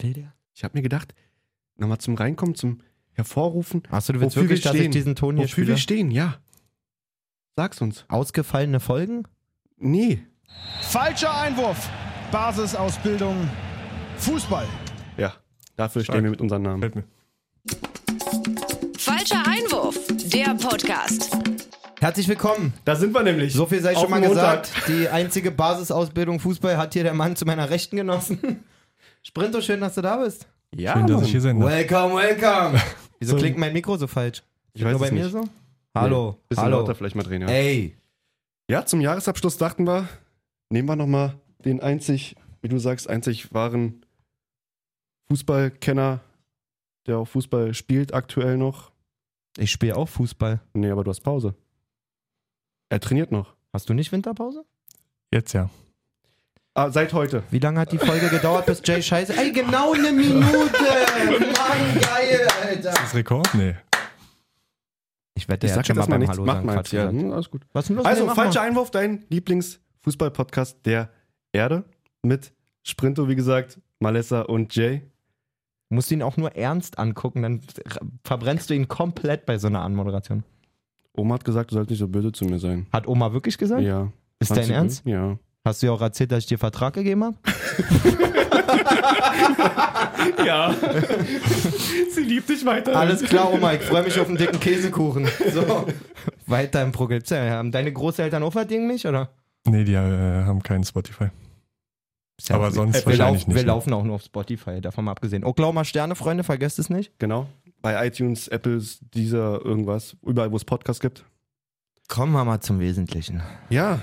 will der? Ich habe mir gedacht, nochmal zum Reinkommen, zum Hervorrufen, Achso, du willst Wofür wirklich, wir dass ich stehen. diesen Ton hier wofür spiele? wir stehen, ja. Sag's uns. Ausgefallene Folgen? Nee. Falscher Einwurf. Basisausbildung. Fußball. Ja, dafür Stark. stehen wir mit unserem Namen. Fällt mir. Falscher Einwurf, der Podcast. Herzlich willkommen. Da sind wir nämlich. So viel sei Auf schon mal den Montag. gesagt. Die einzige Basisausbildung Fußball hat hier der Mann zu meiner Rechten genossen. Sprinto, schön, dass du da bist. Ja, Schön, dass Mann. ich hier sein darf. Welcome, welcome. Wieso So- klingt mein Mikro so falsch? Ich weiß Nur bei es mir nicht. so? Hallo, Bisschen hallo. lauter vielleicht mal drehen, ja. Ey, Ja, zum Jahresabschluss dachten wir, nehmen wir nochmal den einzig, wie du sagst, einzig wahren Fußballkenner, der auch Fußball spielt aktuell noch. ich spiele auch Fußball. Nee, aber du hast Pause. Er trainiert noch. Hast du nicht Winterpause? Jetzt ja. Ah, seit heute. Wie lange hat die Folge gedauert, bis Jay scheiße? Ey, genau eine Minute! Mann, geil, Alter! Das Rekord? Nee. Ich wette, Ich er sag hat schon jetzt mal beim erstmal nichts. Hallo Mach sagen mal jetzt. Quatsch Ja, gesagt. hm, alles gut. Was ist denn los? Also, Nee, mach falscher mal. Einwurf, dein Lieblings-Fußball-Podcast der Erde mit Sprinto, wie gesagt, Malessa und Jay. Musst ihn auch nur ernst angucken, dann r- verbrennst du ihn komplett bei so einer Anmoderation. Oma hat gesagt, du sollst nicht so böse zu mir sein. Hat Oma wirklich gesagt? Ja. Ist Fandst dein du Ernst? gut? Ja. Hast du ja auch erzählt, dass ich dir Vertrag gegeben habe? Ja. Sie liebt dich weiter. Alles klar, Oma, ich freue mich auf einen dicken Käsekuchen. So, weiter im Programm. Tja, Haben deine Großeltern auch was gegen mich, oder? Nee, die äh, haben keinen Spotify. Ist ja Aber auch- sonst wir wahrscheinlich laufen, nicht, Wir ne? laufen auch nur auf Spotify, davon mal abgesehen. Oklahoma Sterne, Freunde, vergesst es nicht. Genau. Bei iTunes, Apples, dieser irgendwas, überall, wo es Podcasts gibt. Kommen wir mal zum Wesentlichen. Ja.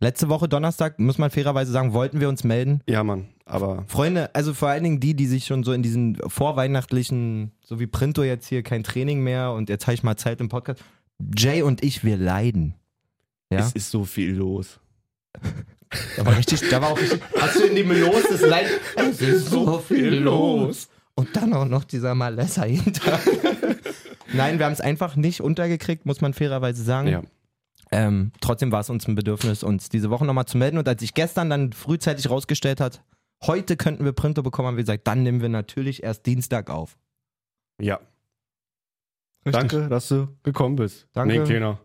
Letzte Woche Donnerstag, muss man fairerweise sagen, wollten wir uns melden. Ja, Mann. Aber Freunde, also vor allen Dingen die, die sich schon so in diesen vorweihnachtlichen, so wie Printo jetzt hier, kein Training mehr und jetzt habe ich mal Zeit im Podcast. Jay und ich, wir leiden. Ja? es ist so viel los. Da war richtig, da war auch richtig. Hast du in dem Los das Leid? Es ist so viel los. Und dann auch noch dieser Malessa hinter. Nein, wir haben es einfach nicht untergekriegt, muss man fairerweise sagen. Ja. Ähm, trotzdem war es uns ein Bedürfnis, uns diese Woche nochmal zu melden. Und als ich gestern dann frühzeitig rausgestellt hat, heute könnten wir Printer bekommen, haben wir gesagt, dann nehmen wir natürlich erst Dienstag auf. Ja. Richtig. Danke, dass du gekommen bist. Danke. Nee, Kleiner.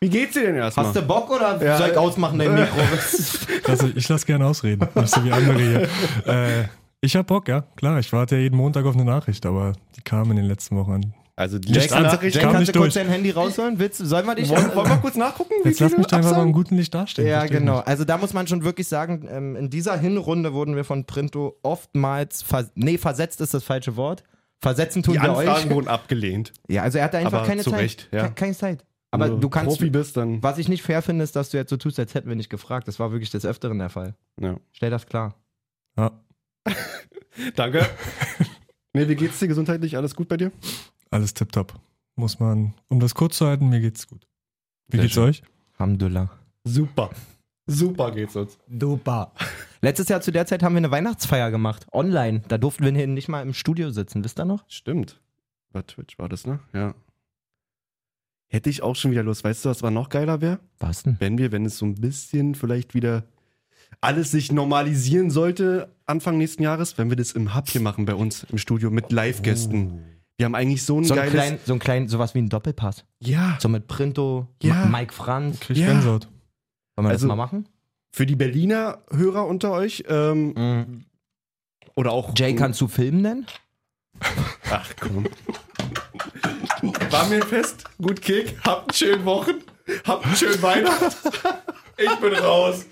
Wie geht's dir denn erstmal? Hast du Bock oder Ja. soll ich ausmachen dein Mikro? Lass, ich lass gerne ausreden. Nicht so wie andere hier. Äh, ich hab Bock, ja. Klar, ich warte ja jeden Montag auf eine Nachricht, aber die kam in den letzten Wochen an. also die Jack, letzte kannst, Nachricht. Jack, kam kannst du nicht kurz durch. dein Handy rausholen? Willst, du- sollen wir dich Wollen, wollen wir kurz nachgucken? wie Jetzt lass viele mich doch einfach mal Absagen? im guten Licht dastehen. Ja, Versteh ich genau. nicht. Also da muss man schon wirklich sagen, ähm, in dieser Hinrunde wurden wir von Printo oftmals, vers nee, versetzt ist das falsche Wort. Versetzen tun Die wir Anfragen euch. wurden abgelehnt. Ja, also er hatte einfach Aber keine zu Zeit. Recht, ja. Ke- Keine Zeit. Aber Wenn du kannst, Profi bist, dann. was ich nicht fair finde, ist, dass du jetzt so tust, als hätten wir nicht gefragt. Das war wirklich des Öfteren der Fall. Ja. Stell das klar. Ja, Danke. nee, wie geht's dir gesundheitlich? Alles gut bei dir? alles tipptopp. Muss man, um das kurz zu halten, mir geht's gut. Wie Sehr geht's schön. euch? Hamdullah. Super. Super geht's uns. Dupa. Letztes Jahr zu der Zeit haben wir eine Weihnachtsfeier gemacht. Online. Da durften wir hier nicht mal im Studio sitzen. Wisst ihr noch? Stimmt. Bei Twitch war das, ne? Ja. Hätte ich auch schon wieder Lust. Weißt du, was war noch geiler wäre? Was denn? Wenn wir, wenn es so ein bisschen vielleicht wieder alles sich normalisieren sollte, Anfang nächsten Jahres, wenn wir das im Hub hier machen bei uns im Studio mit Live-Gästen. Wir haben eigentlich Oh. so ein So ein, geiles. klein, so ein klein, sowas wie ein Doppelpass. ja, So mit Printo, Ja. Ma- Mike Franz. Krieg ich Ja. Gänsehaut. Wollen wir Also- das mal machen? für die Berliner Hörer unter euch ähm, oder auch. Mhm. Jay, kannst du Film nennen? Ach komm. War mir ein fest. Gut Kick. Habt einen schönen Wochen. Habt einen schönen Weihnachten. Ich bin raus.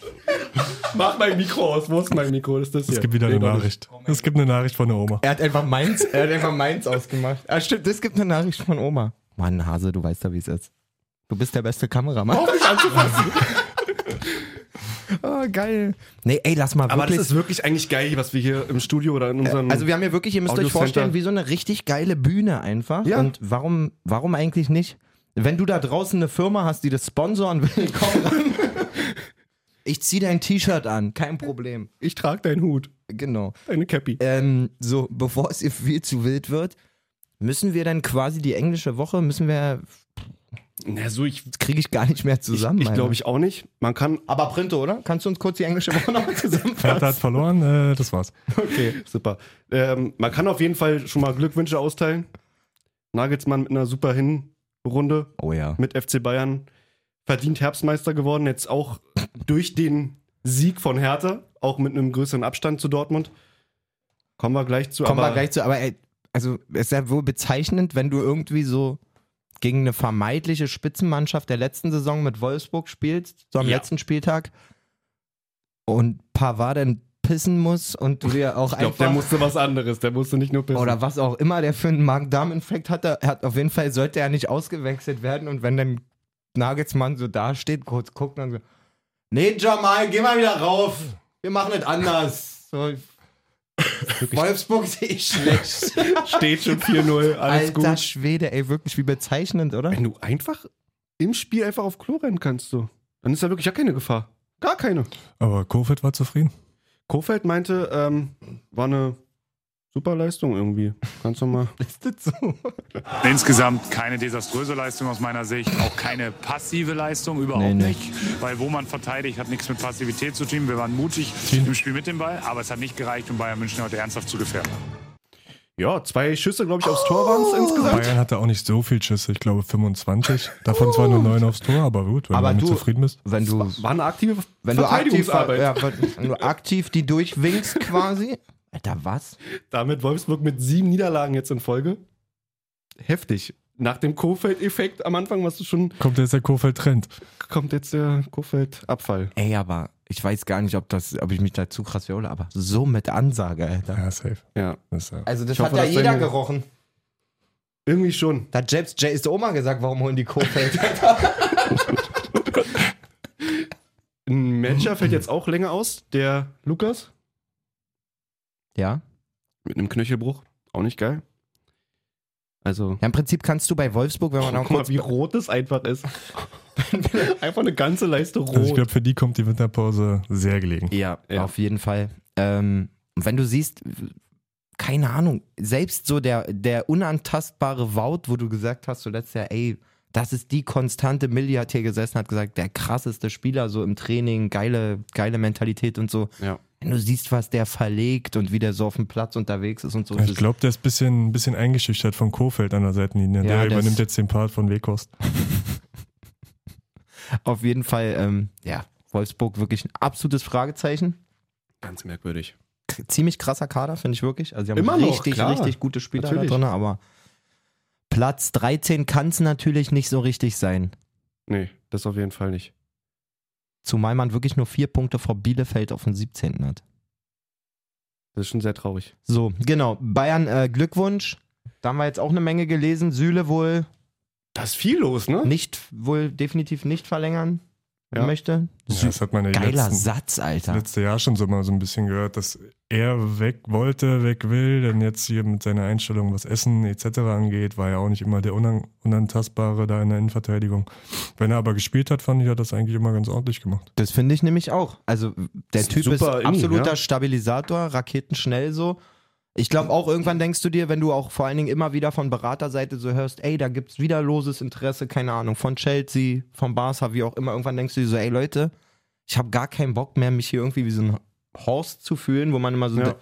Mach mein Mikro aus. Wo ist mein Mikro? Ist das Es gibt wieder eine Nachricht. Es gibt eine Nachricht von der Oma. Er hat einfach meins, er hat einfach meins ausgemacht. Ah, stimmt, das gibt eine Nachricht von Oma. Mann, Hase, du weißt ja, wie es ist. Du bist der beste Kameramann. Auf mich anzufassen. oh, geil. Nee, ey, lass mal Aber das wirklich. ist wirklich eigentlich geil, was wir hier im Studio oder in unserem. also wir haben hier wirklich, ihr müsst euch Audio vorstellen, Center. wie so eine richtig geile Bühne einfach. Ja. Und warum, warum eigentlich nicht? Wenn du da draußen eine Firma hast, die das sponsoren will, komm ran. Ich zieh dein T-Shirt an, kein Problem. ich trage deinen Hut, Genau. deine Cappy. ähm, so, bevor es ihr viel zu wild wird, müssen wir dann quasi die englische Woche, müssen wir Na so, ich, Das kriege ich gar nicht mehr zusammen. ich Alter. glaube ich auch nicht. Man kann Aber Printe, oder? Kannst du uns kurz die englische Woche nochmal Hertha zusammenfassen? hat verloren, äh, das war's. Okay, super. Ähm, man kann auf jeden Fall schon mal Glückwünsche austeilen. Nagelsmann mit einer super Hinrunde Oh ja. mit FC Bayern verdient Herbstmeister geworden. Jetzt auch durch den Sieg von Hertha, auch mit einem größeren Abstand zu Dortmund. Kommen wir gleich zu. Kommen aber wir gleich zu, aber ey, also es ist ja wohl bezeichnend, wenn du irgendwie so gegen eine vermeintliche Spitzenmannschaft der letzten Saison mit Wolfsburg spielst, so am Ja. letzten Spieltag und Pavard dann pissen muss und du dir auch Ich glaube, der einfach musste was anderes. Der musste nicht nur pissen. oder was auch immer der für einen Magen-Darm-Infekt hatte, er hat auf jeden Fall sollte er nicht ausgewechselt werden und wenn dann Nagelsmann so dasteht, kurz guckt und dann so, nee Jamal, geh mal wieder rauf, wir machen es anders. So, Wolfsburg sehe ich schlecht. steht schon 4-0, alles Alter gut. Schwede, ey, wirklich wie bezeichnend, oder? Wenn du einfach im Spiel einfach auf Klo rennen kannst, so, dann ist da wirklich ja keine Gefahr. Gar keine. Aber Kofeld war zufrieden. Kofeld meinte, ähm, war eine super Leistung irgendwie. Ganz normal. Ist das so? Insgesamt keine desaströse Leistung aus meiner Sicht, auch keine passive Leistung, überhaupt Nee, nee. nicht. Weil wo man verteidigt, hat nichts mit Passivität zu tun. Wir waren mutig im Spiel mit dem Ball, aber es hat nicht gereicht, um Bayern München heute ernsthaft zu gefährden. Ja, zwei Schüsse, glaube ich, aufs Tor waren es insgesamt. Bayern hatte auch nicht so viel Schüsse, ich glaube 25. Davon zwar nur 9 aufs Tor, aber gut, wenn Aber du damit du- zufrieden bist. Wenn du, War eine aktive wenn du, aktiv, Verteidigungsarbeit. ja, wenn du aktiv die durchwinkst quasi. Alter, was? Damit Wolfsburg mit sieben Niederlagen jetzt in Folge. Heftig. Nach dem Kofeld-Effekt am Anfang, was du schon, Kommt jetzt der Kofeld-Trend. kommt jetzt der Kofeld-Abfall. Ey, aber ich weiß gar nicht, ob, das, ob ich mich dazu krass wiederhole, aber so mit Ansage, Alter. Ja, safe. Ja, Das, ist äh, ja- Also das Ich hoffe, hat ja dass jeder deine- gerochen. irgendwie schon. Da hat selbst Jays Oma gesagt, warum holen die Kofeld? Ein Matcher fällt jetzt auch länger aus, der Lukas. ja. Mit einem Knöchelbruch. Auch nicht geil. Also, ja, im Prinzip kannst du bei Wolfsburg, wenn man auch guck mal, kurz... wie rot es einfach ist. einfach eine ganze Leiste rot. also ich glaube, für die kommt die Winterpause sehr gelegen. Ja, Ja. auf jeden Fall. Ähm, und wenn du siehst, keine Ahnung, selbst so der, der unantastbare Wout, wo du gesagt hast zuletzt ja, ey, das ist die konstante Milli hat hier gesessen, hat gesagt, der krasseste Spieler so im Training, geile, geile Mentalität und so. Ja. Wenn du siehst, was der verlegt und wie der so auf dem Platz unterwegs ist und so. Ich glaube, der ist ein bisschen, bisschen eingeschüchtert von Kofeld an der Seitenlinie. Ja, der das- übernimmt jetzt den Part von Wekost. auf jeden Fall, ähm, ja, Wolfsburg wirklich ein absolutes Fragezeichen. Ganz merkwürdig. k- ziemlich krasser Kader, finde ich wirklich. Also, sie haben Immer noch, richtig, klar. richtig gute Spieler Natürlich. da drin, aber Platz 13 kann es natürlich nicht so richtig sein. Nee, das auf jeden Fall nicht. Zumal man wirklich nur vier Punkte vor Bielefeld auf den 17. hat. Das ist schon sehr traurig. So, genau. Bayern, äh, Glückwunsch. Da haben wir jetzt auch eine Menge gelesen. Süle wohl Da ist viel los, ne? nicht, wohl definitiv nicht verlängern Ja. möchte. Ja, Sü das hat man ja die Geiler letzten- Satz, Alter. letzte Jahr schon so mal so ein bisschen gehört, dass er weg wollte, weg will, denn jetzt hier mit seiner Einstellung, was Essen etc. angeht, war ja auch nicht immer der Unan Unantastbare da in der Innenverteidigung. Wenn er aber gespielt hat, fand ich, hat das eigentlich immer ganz ordentlich gemacht. Das finde ich nämlich auch. Also der Ist Typ ist super ne? Inni, absoluter ja. Stabilisator, raketenschnell so. Ich glaube auch, irgendwann denkst du dir, wenn du auch vor allen Dingen immer wieder von Beraterseite so hörst, ey, da gibt's wieder loses Interesse, keine Ahnung, von Chelsea, von Barca, wie auch immer, irgendwann denkst du dir so, ey Leute, ich habe gar keinen Bock mehr, mich hier irgendwie wie so ein Horst zu fühlen, wo man immer so. Ja.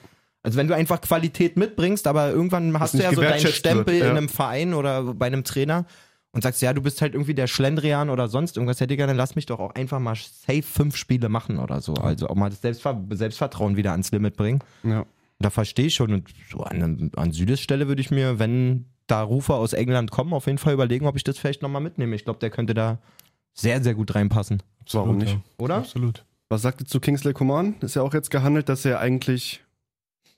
Also wenn du einfach Qualität mitbringst, aber irgendwann hast du nicht ja so deinen gewertschätzt Stempel wird, ja. in einem Verein oder bei einem Trainer und sagst, ja, du bist halt irgendwie der Schlendrian oder sonst irgendwas, ja, Digga, dann lass mich doch auch einfach mal safe fünf Spiele machen oder so. Also auch mal das Selbstver Selbstvertrauen wieder ans Limit bringen. Ja. Da verstehe ich schon. Und so an, an Südes Stelle würde ich mir, wenn da Rufer aus England kommen, auf jeden Fall überlegen, ob ich das vielleicht nochmal mitnehme. Ich glaube, der könnte da sehr, sehr gut reinpassen. Warum nicht? Oder? Absolut. Was sagt ihr zu Kingsley Coman? Ist ja auch jetzt gehandelt, dass er eigentlich.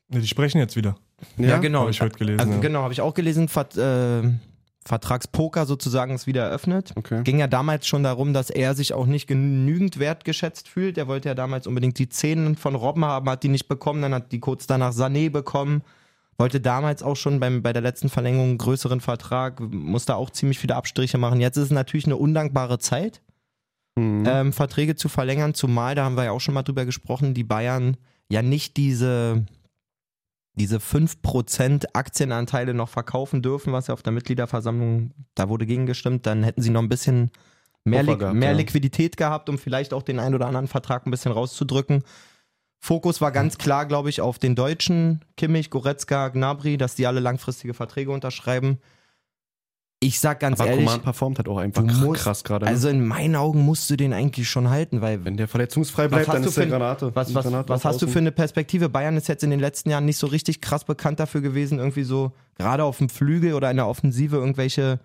Ne, die sprechen jetzt wieder. Ja, genau. Habe ich heute gelesen. Also ja. genau, habe ich auch gelesen, Vert, äh, Vertragspoker sozusagen ist wieder eröffnet. Okay. Ging ja damals schon darum, dass er sich auch nicht genügend wertgeschätzt fühlt. Er wollte ja damals unbedingt die Zähne von Robben haben, hat die nicht bekommen, dann hat die kurz danach Sané bekommen. Wollte damals auch schon beim, bei der letzten Verlängerung einen größeren Vertrag, musste auch ziemlich viele Abstriche machen. Jetzt ist es natürlich eine undankbare Zeit, Mhm. ähm, Verträge zu verlängern, zumal, da haben wir ja auch schon mal drüber gesprochen, die Bayern ja nicht diese diese 5% Aktienanteile noch verkaufen dürfen, was ja auf der Mitgliederversammlung, da wurde gegengestimmt, dann hätten sie noch ein bisschen mehr, Puffer Li gehabt, mehr ja. Liquidität gehabt, um vielleicht auch den einen oder anderen Vertrag ein bisschen rauszudrücken. Fokus war ganz klar, glaube ich, auf den Deutschen, Kimmich, Goretzka, Gnabry, dass die alle langfristige Verträge unterschreiben. Ich sag ganz Aber ehrlich, Coman performt halt auch einfach du kr- musst- krass gerade. ne? also in meinen Augen musst du den eigentlich schon halten, weil wenn der was verletzungsfrei bleibt, hast, dann du ist für, der ein- Granate. was, Die was, Granate was nach hast du außen. für eine Perspektive? Bayern ist jetzt in den letzten Jahren nicht so richtig krass bekannt dafür gewesen, irgendwie so gerade auf dem Flügel oder in der Offensive irgendwelche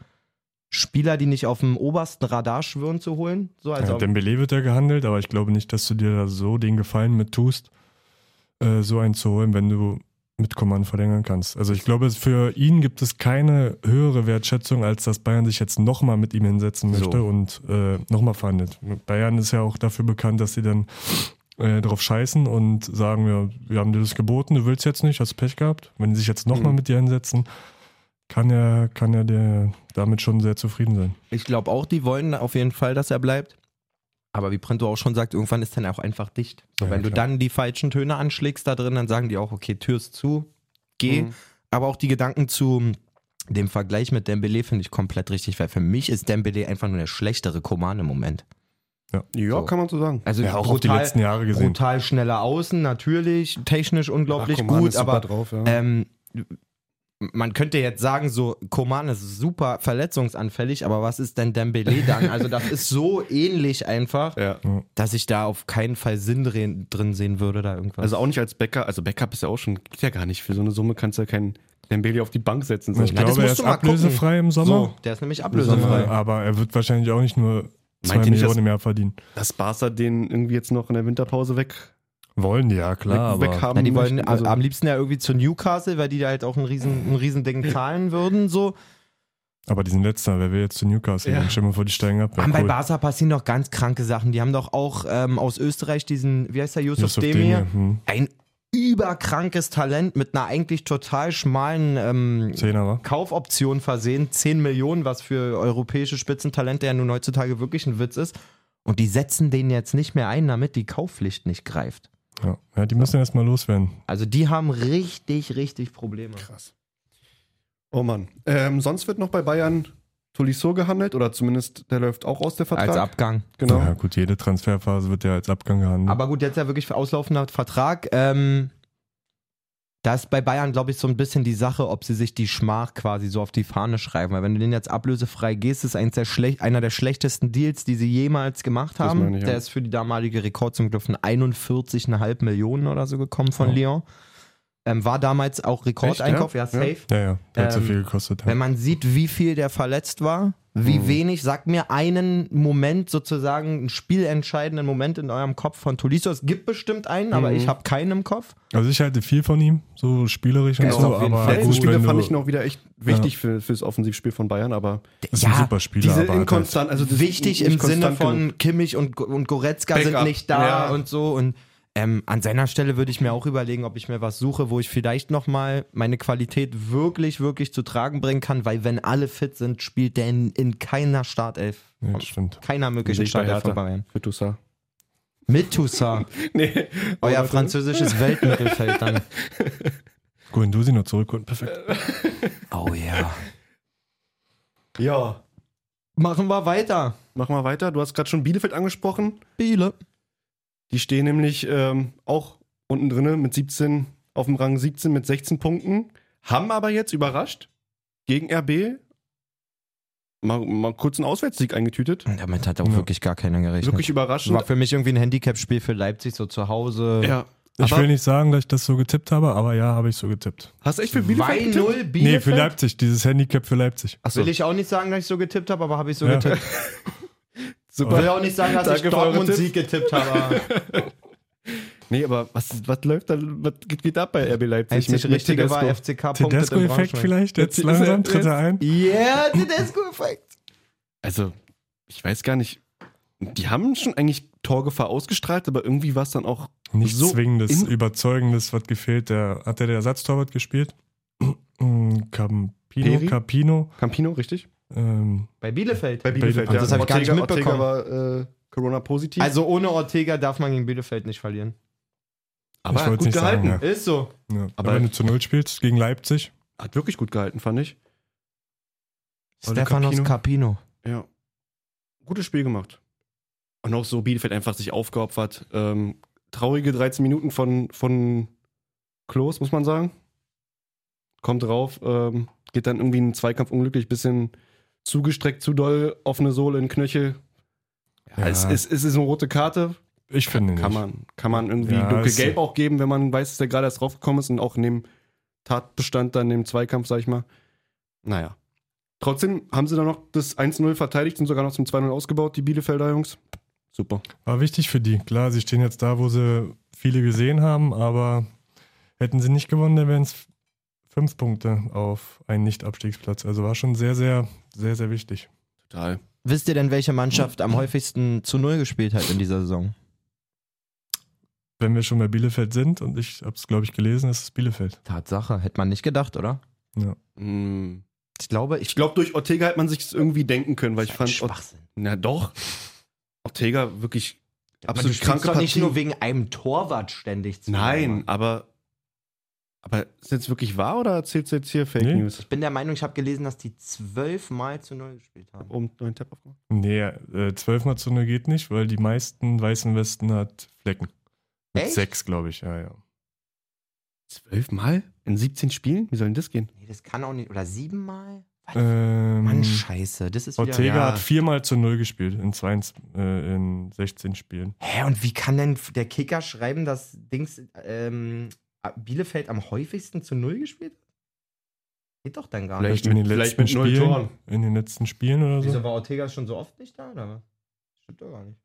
Spieler, die nicht auf dem obersten Radar schwirren, zu holen. So, also ja, Dembele wird ja gehandelt, aber ich glaube nicht, dass du dir da so den Gefallen mit tust, äh, so einen zu holen, wenn du mit Coman verlängern kannst. Also ich glaube, es- für ihn gibt es keine höhere Wertschätzung, als dass Bayern sich jetzt nochmal mit ihm hinsetzen möchte und äh, nochmal verhandelt. Bayern ist ja auch dafür bekannt, dass sie dann äh, drauf scheißen und sagen, ja, wir haben dir das geboten, du willst jetzt nicht, hast Pech gehabt. Wenn die sich jetzt nochmal mit dir hinsetzen, kann er, kann er der damit schon sehr zufrieden sein. ich glaube auch, die wollen auf jeden Fall, dass er bleibt. Aber wie Printo auch schon sagt, irgendwann ist dann auch einfach dicht. So, Ja, wenn du klar. dann die falschen Töne anschlägst da drin, dann sagen die auch, okay, Tür ist zu, geh. Mhm. Aber auch die Gedanken zu dem Vergleich mit Dembele finde ich komplett richtig, weil für mich ist Dembele einfach nur der schlechtere Koman im Moment. Ja, So. kann man so sagen. Also Ja, auch auf die letzten Jahre gesehen. brutal schneller außen, natürlich, technisch unglaublich gut, aber drauf, ja. ähm, man könnte jetzt sagen, so Koman ist super verletzungsanfällig, aber was ist denn Dembele dann? Also das ist so ähnlich einfach, ja. dass ich da auf keinen Fall Sinn drin, drin sehen würde da irgendwas. Also auch nicht als Backup, also Backup ist ja auch schon, geht ja gar nicht. Für so eine Summe kannst du ja keinen Dembele auf die Bank setzen. sag Ich das glaube, er musst ist du mal gucken. ablösefrei im Sommer. so, der ist nämlich Ja, ablösefrei. aber er wird wahrscheinlich auch nicht nur zwei ihr nicht, Millionen dass- im Jahr verdienen. Dass Barca den irgendwie jetzt noch in der Winterpause weg, Wollen die, ja klar. weg, aber weghaben Ja, die wollen möchten. a- also, am liebsten ja irgendwie zu Newcastle, weil die da halt auch ein riesen, ein riesen Ding zahlen würden, so. aber die sind letzter. Wer will jetzt zu Newcastle? Ja. Ja. Stell mal vor, die steigen ab. Ja, Aber bei cool. Barca passieren doch ganz kranke Sachen. Die haben doch auch ähm, aus Österreich diesen, wie heißt der, Yusuf, Yusuf Demir. Demir, hm. Ein überkrankes Talent mit einer eigentlich total schmalen ähm, Zehner, wa? Kaufoption versehen. 10 Millionen, was für europäische Spitzentalente ja nun heutzutage wirklich ein Witz ist. Und die setzen den jetzt nicht mehr ein, damit die Kaufpflicht nicht greift. Ja. ja, die müssen erstmal loswerden. Also die haben richtig, richtig Probleme. krass. Oh Mann. Ähm, sonst wird noch bei Bayern Tolisso gehandelt oder zumindest der läuft auch aus der Vertrag. Als Abgang. Genau. Ja, gut, jede Transferphase wird ja als Abgang gehandelt. Aber gut, jetzt ja wirklich auslaufender Vertrag. Ähm, da ist bei Bayern, glaube ich, so ein bisschen die Sache, ob sie sich die Schmach quasi so auf die Fahne schreiben. Weil wenn du den jetzt ablösefrei gehst, ist eins der schlech- einer der schlechtesten Deals, die sie jemals gemacht Das haben. meine ich, ja. Der ist für die damalige Rekordsumme von 41,5 Millionen oder so gekommen von Ja. Lyon. Ähm, war damals auch Rekordeinkauf, ja, safe. ja, ja, der hat so Ähm, viel gekostet. Ja. Wenn man sieht, wie viel der verletzt war, wie Mhm. wenig, sag mir einen Moment sozusagen, einen spielentscheidenden Moment in eurem Kopf von Tolisso. Es gibt bestimmt einen, Mhm. aber ich habe keinen im Kopf. Also ich halte viel von ihm, so spielerisch und Er ist so, auf jeden aber Fall- letzten gut, Spiele wenn fand du, ich noch wieder echt wichtig für, fürs Offensivspiel von Bayern, aber ist ein Ja, super Spieler, diese aber hat halt, inkonstant, also das- Wichtig nicht im Sinne konstant von genug. Kimmich und, Go- und Goretzka sind Backup, nicht da ja. und so. Und ähm, an seiner Stelle würde ich mir auch überlegen, ob ich mir was suche, wo ich vielleicht nochmal meine Qualität wirklich, wirklich zu tragen bringen kann, weil wenn alle fit sind, spielt der in, in keiner Startelf, ja, das stimmt. keiner möglichen Nicht bei Startelf halt von Hertha. Bayern. Für Toussaint. Mit Toussaint. Nee. Euer Aber- französisches Weltmittelfeld dann. Gut, du sie noch zurückholen, perfekt. Oh ja. Ja. Machen wir weiter. Machen wir weiter. Du hast gerade schon Bielefeld angesprochen. Biele. Die stehen nämlich ähm, auch unten drinne mit 17, auf dem Rang 17 mit 16 Punkten. Haben aber jetzt überrascht gegen RB mal, mal kurz einen Auswärtssieg eingetütet. Damit hat auch Ja. wirklich gar keiner gerechnet. Wirklich überraschend. War für mich irgendwie ein Handicap-Spiel für Leipzig, so zu Hause. ja. Ich aber will nicht sagen, dass ich das so getippt habe, aber ja, habe ich so getippt. hast du echt für Bielefeld getippt? 2-0 Bielefeld. Nee, für Leipzig, dieses Handicap für Leipzig. Achso, Will ich auch nicht sagen, dass ich so getippt habe, aber habe ich so Ja. getippt. super. Will auch nicht sagen, dass Danke ich für eure Dortmund Tipps. Sieg getippt habe. Nee, aber was, was läuft da, was geht, geht ab bei RB Leipzig? Einzig Mit- mit Richtige war Tedesco. FCK. punktet im Tedesco-Effekt Braunschweig. vielleicht, jetzt Jetzt- langsam jetzt- tritt er ein. Yeah, Tedesco-Effekt. Also, ich weiß gar nicht. Die haben schon eigentlich Torgefahr ausgestrahlt, aber irgendwie war es dann auch Nichts so Zwingendes, in- Überzeugendes, was gefehlt. Der, hat der, der Ersatztorwart gespielt? Campino, Peri? Capino. Campino, richtig? Ähm, Bei Bielefeld. Bei Bielefeld, Also ja. das hab ich gar nicht Ortega war äh, Corona-positiv. Also ohne Ortega darf man gegen Bielefeld nicht verlieren. Aber Ich wollt's gut nicht sagen, gehalten. ja. Ist so. Ja. Aber- Aber wenn du zu Null spielst gegen Leipzig, Hat wirklich gut gehalten, fand ich. Olle Stefanos Capino. Ja. Gutes Spiel gemacht. Und auch so Bielefeld einfach sich aufgeopfert. Ähm, traurige 13 Minuten von, von Klos, muss man sagen. Kommt drauf, ähm, geht dann irgendwie in den Zweikampf unglücklich, bisschen zugestreckt, zu doll, offene Sohle in den Knöchel. Ja. Ja. Es, es, es ist eine rote Karte. ich finde nicht. Kann man, kann man irgendwie Ja, dunkelgelb ist- auch geben, wenn man weiß, dass der gerade erst draufgekommen ist und auch in dem Tatbestand dann im Zweikampf, sag ich mal. Naja. Trotzdem haben sie dann noch das 1-0 verteidigt und sogar noch zum 2-0 ausgebaut, die Bielefelder Jungs. Super. War wichtig für die. Klar, sie stehen jetzt da, wo sie viele gesehen haben, aber hätten sie nicht gewonnen, dann wären es fünf Punkte auf einen Nicht-Abstiegsplatz. Also war schon sehr, sehr, sehr, sehr wichtig. Total. Wisst ihr denn, welche Mannschaft am häufigsten zu Null gespielt hat in dieser Saison? Wenn wir schon bei Bielefeld sind, und ich habe es, glaube ich, gelesen, ist es Bielefeld. Tatsache, hätte man nicht gedacht, oder? Mm. Ich glaube, Ich ich. glaube, durch Ortega hat man sich das irgendwie denken können, weil ich fand. Ort- Schwachsinn. Na doch. Ortega wirklich Aber du absolut spielst kranke doch Partie. nicht nur wegen einem Torwart ständig zu Nein, aber. Aber ist jetzt wirklich wahr oder erzählt sie jetzt hier Fake Nee. News? Ich bin der Meinung, ich habe gelesen, dass die zwölfmal zu Null gespielt haben. Um neuen Tab aufgemacht. Nee, äh, zwölfmal zu null geht nicht, weil die meisten weißen Westen hat Flecken. Mit Echt? sechs, glaube ich, ja, ja. Zwölfmal? In 17 Spielen? Wie soll denn das gehen? Nee, das kann auch nicht. Oder siebenmal? Was? Ähm, Mann, scheiße. Das ist wieder. Ortega Ja. hat viermal zu null gespielt in, 22, äh, in 16 Spielen. Hä, und wie kann denn der Kicker schreiben, dass Dings ähm, Bielefeld am häufigsten zu Null gespielt hat? Geht doch dann gar nicht. Vielleicht in mit- den vielleicht letzten mit null Spielen, Toren. In den letzten Spielen oder so. Wieso war Ortega schon so oft nicht da, oder was? Stimmt doch gar nicht.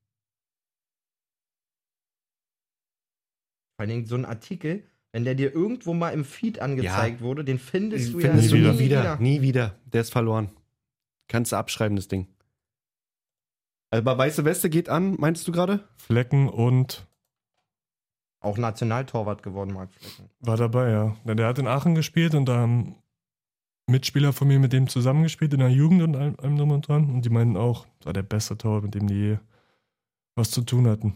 Vor allen Dingen so ein Artikel, wenn der dir irgendwo mal im Feed angezeigt wurde, den findest du Äh, Findest ja du nie nie wieder. Nie wieder. Der ist verloren. Kannst du abschreiben, das Ding. Aber weiße Weste geht an, meinst du gerade? Flecken und Auch Nationaltorwart geworden, Marc Flecken. War dabei, ja. Na, Der hat in Aachen gespielt und da haben Mitspieler von mir mit dem zusammengespielt in der Jugend und allem, allem drum und dran. Und die meinten auch, das war der beste Torwart, mit dem die je was zu tun hatten.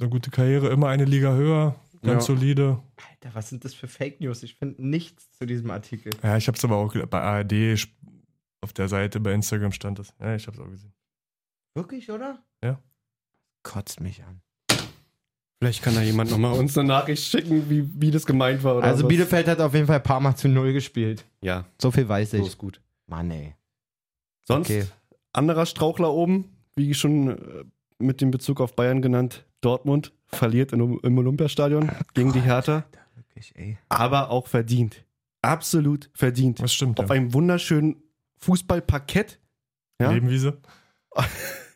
Eine gute Karriere, immer eine Liga höher, ganz Ja. solide. Alter, was sind das für Fake News? Ich finde nichts zu diesem Artikel. Ja, ich hab's aber auch ge- bei ARD sp- auf der Seite, bei Instagram stand das. Ja, ich hab's auch gesehen. Wirklich, oder? Ja. Kotzt mich an. Vielleicht kann da jemand nochmal uns eine Nachricht schicken, wie, wie das gemeint war. Oder Also was. Bielefeld hat auf jeden Fall ein paar Mal zu Null gespielt. Ja, So viel weiß so ich. ist gut. Mann, ey. Sonst, Okay. anderer Strauchler oben, wie schon äh, mit dem Bezug auf Bayern genannt, Dortmund verliert in, im Olympiastadion gegen die Hertha, Wirklich, ey. aber auch verdient. Absolut verdient. Das stimmt. Auf ja. einem wunderschönen Fußballparkett. Ja? Nebenwiese.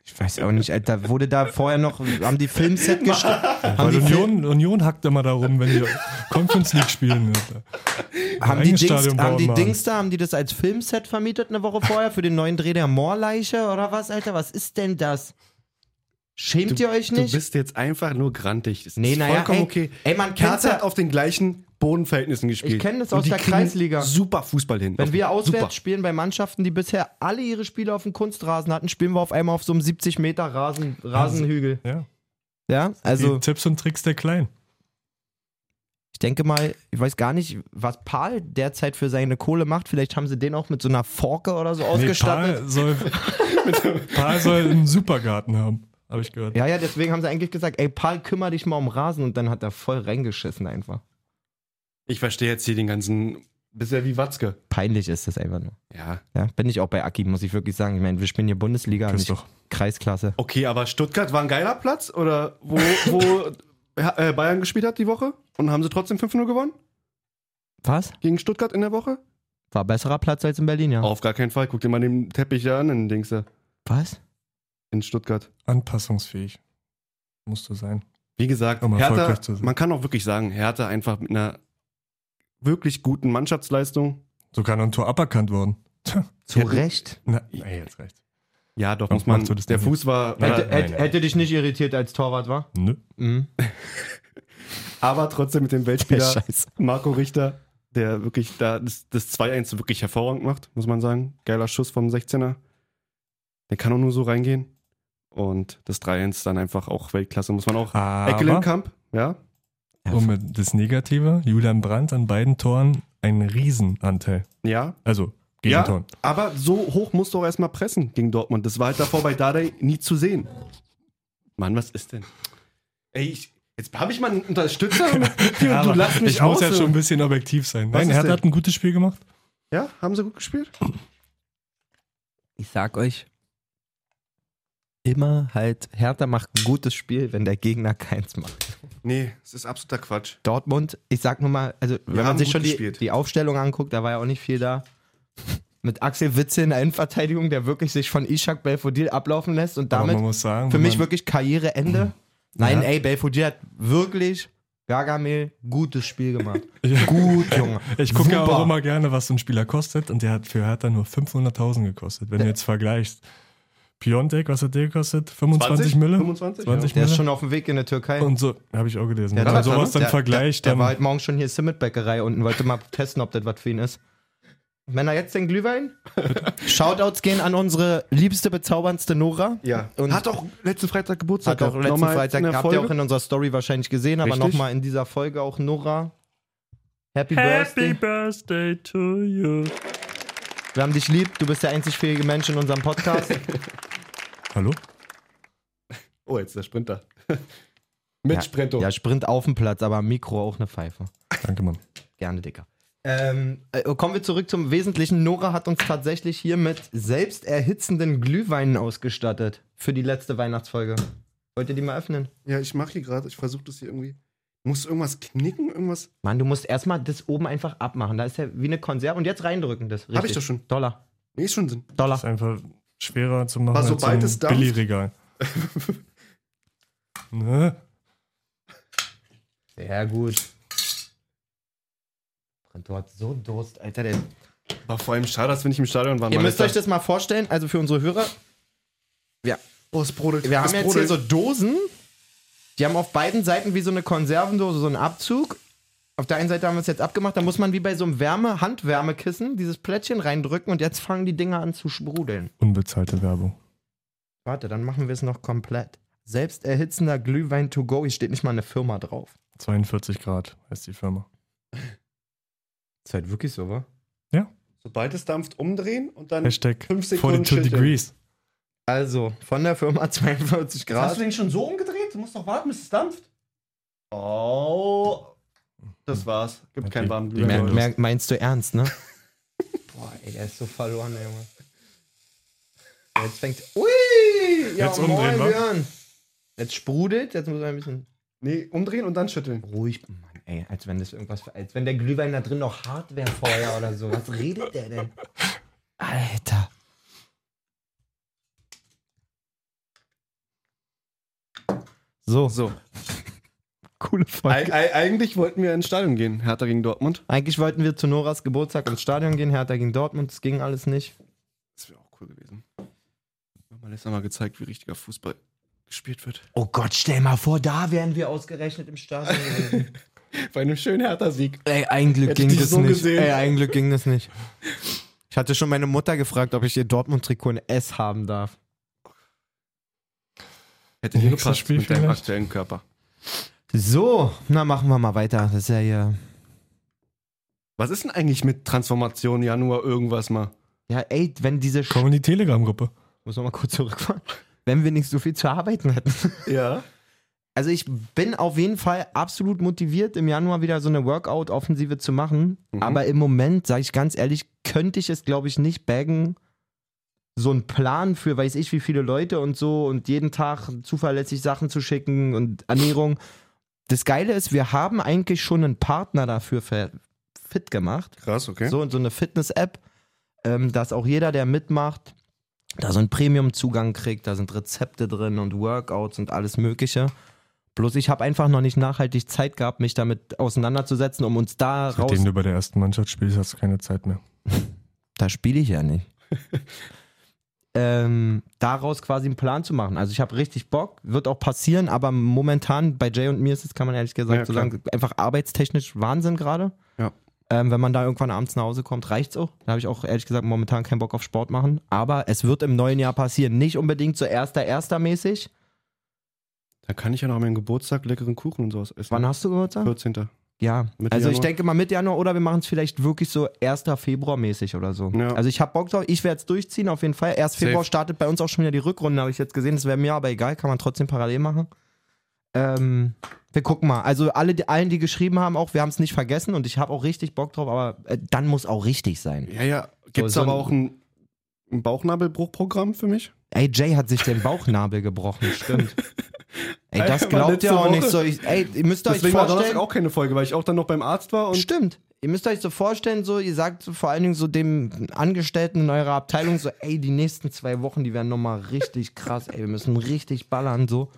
Ich weiß auch nicht, Alter. Wurde da vorher noch, haben die Filmset gestellt? haben Weil die, Film, Union, Union hackt immer darum, wenn die Conference League spielen. haben, die eigenes Dings, Stadion haben bauen die machen. Dings da, haben die das als Filmset vermietet eine Woche vorher für den neuen Dreh der Moorleiche oder was, Alter? Was ist denn das? Schämt ihr euch nicht? Du bist jetzt einfach nur grantig. Das Nee, ist naja, vollkommen ey, okay. ey, man Hertha kann's ja- hat auf den gleichen Bodenverhältnissen gespielt. Ich kenn das Und aus die der kriegen Kreisliga. Super Fußball hin. Wenn wir auswärts Super. spielen bei Mannschaften, die bisher alle ihre Spiele auf dem Kunstrasen hatten, spielen wir auf einmal auf so einem 70 Meter Rasen, Rasenhügel. Ja. Ja, Also, also die Tipps und Tricks der Kleinen. ich denke mal, ich weiß gar nicht, was Paul derzeit für seine Kohle macht. Vielleicht haben sie den auch mit so einer Forke oder so ausgestattet. Paul soll, Paul soll einen Supergarten haben, habe ich gehört. Ja, ja, deswegen haben sie eigentlich gesagt, ey Paul, kümmere dich mal um Rasen und dann hat er voll reingeschissen einfach. Ich verstehe jetzt hier den ganzen. Bisher wie Watzke. Peinlich ist das einfach nur. Ja. Ja, bin ich auch bei Aki, muss ich wirklich sagen. Ich meine, wir spielen hier Bundesliga, Das nicht ist doch. Kreisklasse. Okay, aber Stuttgart war ein geiler Platz? Oder wo, wo äh, Bayern gespielt hat die Woche? Und haben sie trotzdem 5-0 gewonnen? Was? Gegen Stuttgart in der Woche? War besserer Platz als in Berlin, ja. Auf gar keinen Fall. Guck dir mal den Teppich da an, den Dings da. Was? In Stuttgart. Anpassungsfähig. Musste sein. Wie gesagt, Um Hertha, erfolgreich zu sein. man kann auch wirklich sagen, Hertha einfach mit einer wirklich guten Mannschaftsleistung. Sogar noch ein Tor aberkannt worden. Zu Hätten- Recht. Na, ey, jetzt reicht's. Ja, doch, Warum muss man. machst du das der denn Fuß war. halt Nein, war- Hätte, nein, hätte, nein. hätte dich nicht irritiert als Torwart, war? Nö. Mhm. aber trotzdem mit dem Weltspieler Scheiße. Marco Richter, der wirklich da das, das 2-1 wirklich hervorragend macht, muss man sagen. Geiler Schuss vom 16er. Der kann auch nur so reingehen. Und das 3-1 dann einfach auch Weltklasse, muss man auch. Aber Eckelenkamp, ja. Und mit das Negative, Julian Brandt an beiden Toren einen Riesenanteil. Ja. Also Ja, Gegentoren. aber so hoch musst du auch erstmal pressen gegen Dortmund. Das war halt davor bei Dardai nie zu sehen. Mann, was ist denn? Ey, ich, jetzt habe ich mal einen Unterstützer mit dir und du lass mich ich aus. muss ja schon ein bisschen objektiv sein. Was Nein, ist Hertha denn? hat ein gutes Spiel gemacht. ja, haben sie gut gespielt? Ich sag euch, immer halt, Hertha macht ein gutes Spiel, wenn der Gegner keins macht. Nee, es ist absoluter Quatsch. Dortmund, ich sag nur mal, also wenn man haben sich gut schon die, gespielt. die Aufstellung anguckt, da war ja auch nicht viel da. Mit Axel Witze in der Innenverteidigung, der wirklich sich von Ishak Belfodil ablaufen lässt und Aber damit man muss sagen, für wenn mich man- wirklich Karriereende. Nein, Ja. ey, Belfodil hat wirklich Gargamel gutes Spiel gemacht. Gut, Junge. Ich gucke ja auch Super. immer gerne, was so ein Spieler kostet und der hat für Hertha nur 500.000 gekostet. Wenn du jetzt vergleichst, Piontek, was hat der gekostet? 25 Mille? 25, 20 Der ist Mille? schon auf dem Weg in der Türkei. und so, habe ich auch gelesen. Der Wenn man Torwart, sowas ne? dann Der- vergleicht, Der, der dann war heute Morgen schon hier Simmet-Bäckerei unten, wollte mal testen, ob das was für ihn ist. Wenn er jetzt den Glühwein? Shoutouts gehen an unsere liebste, bezauberndste Nora. Ja. Und hat auch letzten Freitag Geburtstag. Hat auch gehabt. letzten Nochmal Freitag, in der habt ihr auch Folge. in unserer Story wahrscheinlich gesehen, aber Richtig. nochmal in dieser Folge auch Nora. Happy, Birthday. Happy Birthday to you. Wir haben dich lieb, du bist der einzig fähige Mensch in unserem Podcast. Hallo? Oh, jetzt der Sprinter. Mit ja, Sprinto. Ja, Sprint auf dem Platz, aber am Mikro auch eine Pfeife. Danke, Mann. Gerne, Dicker. Ähm, äh, kommen wir zurück zum Wesentlichen. Nora hat uns tatsächlich hier mit selbst erhitzenden Glühweinen ausgestattet für die letzte Weihnachtsfolge. Wollt ihr die mal öffnen? Ja, ich mache hier gerade, ich versuche das hier irgendwie. Muss irgendwas knicken, irgendwas? Mann, du musst erstmal das oben einfach abmachen. Da ist ja wie eine Konserve. Und jetzt reindrücken das. Hab ich doch schon. Dollar. Nee, ist schon Sinn. Dollar. Ist einfach schwerer zu machen Aber als so sobald ein es dampft- Billigregal. ne? Sehr gut. Du hast so Durst, Alter. Der War vor allem schade, dass wir nicht im Stadion waren. Ihr Mann, müsst euch Alter. das mal vorstellen, also für unsere Hörer. Ja. Oh, es brodelt. Wir es haben jetzt hier brodelt. so Dosen, die haben auf beiden Seiten wie so eine Konservendose so einen Abzug. Auf der einen Seite haben wir es jetzt abgemacht, da muss man wie bei so einem Wärme, Handwärmekissen dieses Plättchen reindrücken und jetzt fangen die Dinger an zu sprudeln. Unbezahlte Werbung. Warte, dann machen wir es noch komplett. Selbst erhitzender Glühwein to go, hier steht nicht mal eine Firma drauf. 42 Grad heißt die Firma. Ist halt wirklich so, wa? Sobald es dampft, umdrehen und dann. Hashtag Fünf Sekunden 42 schütteln. Degrees. Also, von der Firma 42 Grad. den schon so umgedreht? Du musst doch warten, bis es dampft. Oh. Das war's. Gibt Okay. keinen warmen Die Glühwein. Mer- Merk- mer- meinst du ernst, ne? Boah, ey, der ist so verloren, der Junge. Jetzt fängt. Ui! Ja, Jetzt moin, umdrehen, wa? Björn. Jetzt sprudelt, jetzt muss man ein bisschen Nee, umdrehen und dann schütteln. ruhig. Mann, ey, als wenn das irgendwas. Als wenn der Glühwein da drin noch hart wäre vorher oder so. Was redet der denn? Alter. So. So. Coole Folge. Eig- eig- eigentlich wollten wir ins Stadion gehen. Hertha gegen Dortmund. Eigentlich wollten wir zu Noras Geburtstag ins Stadion gehen, Hertha gegen Dortmund, das ging alles nicht. Das wäre auch cool gewesen. Wir haben letztes Mal gezeigt, wie richtiger Fußball gespielt wird. Oh Gott, stell mal vor, da wären wir ausgerechnet im Stadion gewesen. Bei einem schönen Hertha-Sieg. Ey, ein Glück Hätte ich dich so gesehen. Ey, ein Glück ging das nicht. Ich hatte schon meine Mutter gefragt, ob ich ihr Dortmund-Trikot in S haben darf. Hätte dir Nächstes gepasst Spiel mit deinem vielleicht. aktuellen Körper. So, na machen wir mal weiter. Das ist ja hier. Was ist denn eigentlich mit Transformation Januar irgendwas mal? Ja, ey, wenn diese. Sch Komm in die Telegram-Gruppe. Muss noch mal kurz zurückfahren. Wenn wir nicht so viel zu arbeiten hätten. Ja. Also ich bin auf jeden Fall absolut motiviert, im Januar wieder so eine Workout-Offensive zu machen. Aber im Moment, sage ich ganz ehrlich, könnte ich es, glaube ich, nicht baggen, so einen Plan für weiß ich wie viele Leute und so und jeden Tag zuverlässig Sachen zu schicken und Ernährung. Das Geile ist, wir haben eigentlich schon einen Partner dafür ver- fit gemacht. Krass, okay. So, so eine Fitness-App, ähm, dass auch jeder, der mitmacht, da so einen Premium-Zugang kriegt. Da sind Rezepte drin und Workouts und alles Mögliche. Bloß ich habe einfach noch nicht nachhaltig Zeit gehabt, mich damit auseinanderzusetzen, um uns da raus. Seitdem du bei der ersten Mannschaft spielst, hast du keine Zeit mehr. Da spiele ich ja nicht. ähm, daraus quasi einen Plan zu machen. Also ich habe richtig Bock, wird auch passieren, aber momentan bei Jay und mir ist es, kann man ehrlich gesagt Ja, so klar. sagen, einfach arbeitstechnisch Wahnsinn gerade. Ja. Ähm, wenn man da irgendwann abends nach Hause kommt, reicht's auch. Da habe ich auch ehrlich gesagt momentan keinen Bock auf Sport machen. Aber es wird im neuen Jahr passieren. Nicht unbedingt so erster, erster mäßig. Da kann ich ja noch an meinem Geburtstag leckeren Kuchen und sowas essen. Wann hast du Geburtstag? 14. Ja, Mitte also ich Januar. denke mal Mitte Januar oder wir machen es vielleicht wirklich so 1. Februar mäßig oder so. Ja. Also ich hab Bock drauf, ich werde es durchziehen auf jeden Fall. 1. Februar startet bei uns auch schon wieder die Rückrunde, habe ich jetzt gesehen. Das wäre mir aber egal, kann man trotzdem parallel machen. Ähm, wir gucken mal. Also alle, die, allen, die geschrieben haben, auch wir haben es nicht vergessen und ich habe auch richtig Bock drauf, aber äh, dann muss auch richtig sein. Ja, ja. Gibt es so aber ein- auch ein, ein Bauchnabelbruchprogramm für mich? Ey, Jay hat sich den Bauchnabel gebrochen, stimmt. Ey, Alter, das war glaubt letzte ihr auch Woche. nicht so. Ich, ey, ihr müsst euch Deswegen war vorstellen. Donnerstag auch keine Folge, weil ich auch dann noch beim Arzt war und Stimmt. Ihr müsst euch so vorstellen, so, ihr sagt so vor allen Dingen so dem Angestellten in eurer Abteilung so, ey, die nächsten zwei Wochen, die werden nochmal richtig krass, ey, wir müssen richtig ballern, so.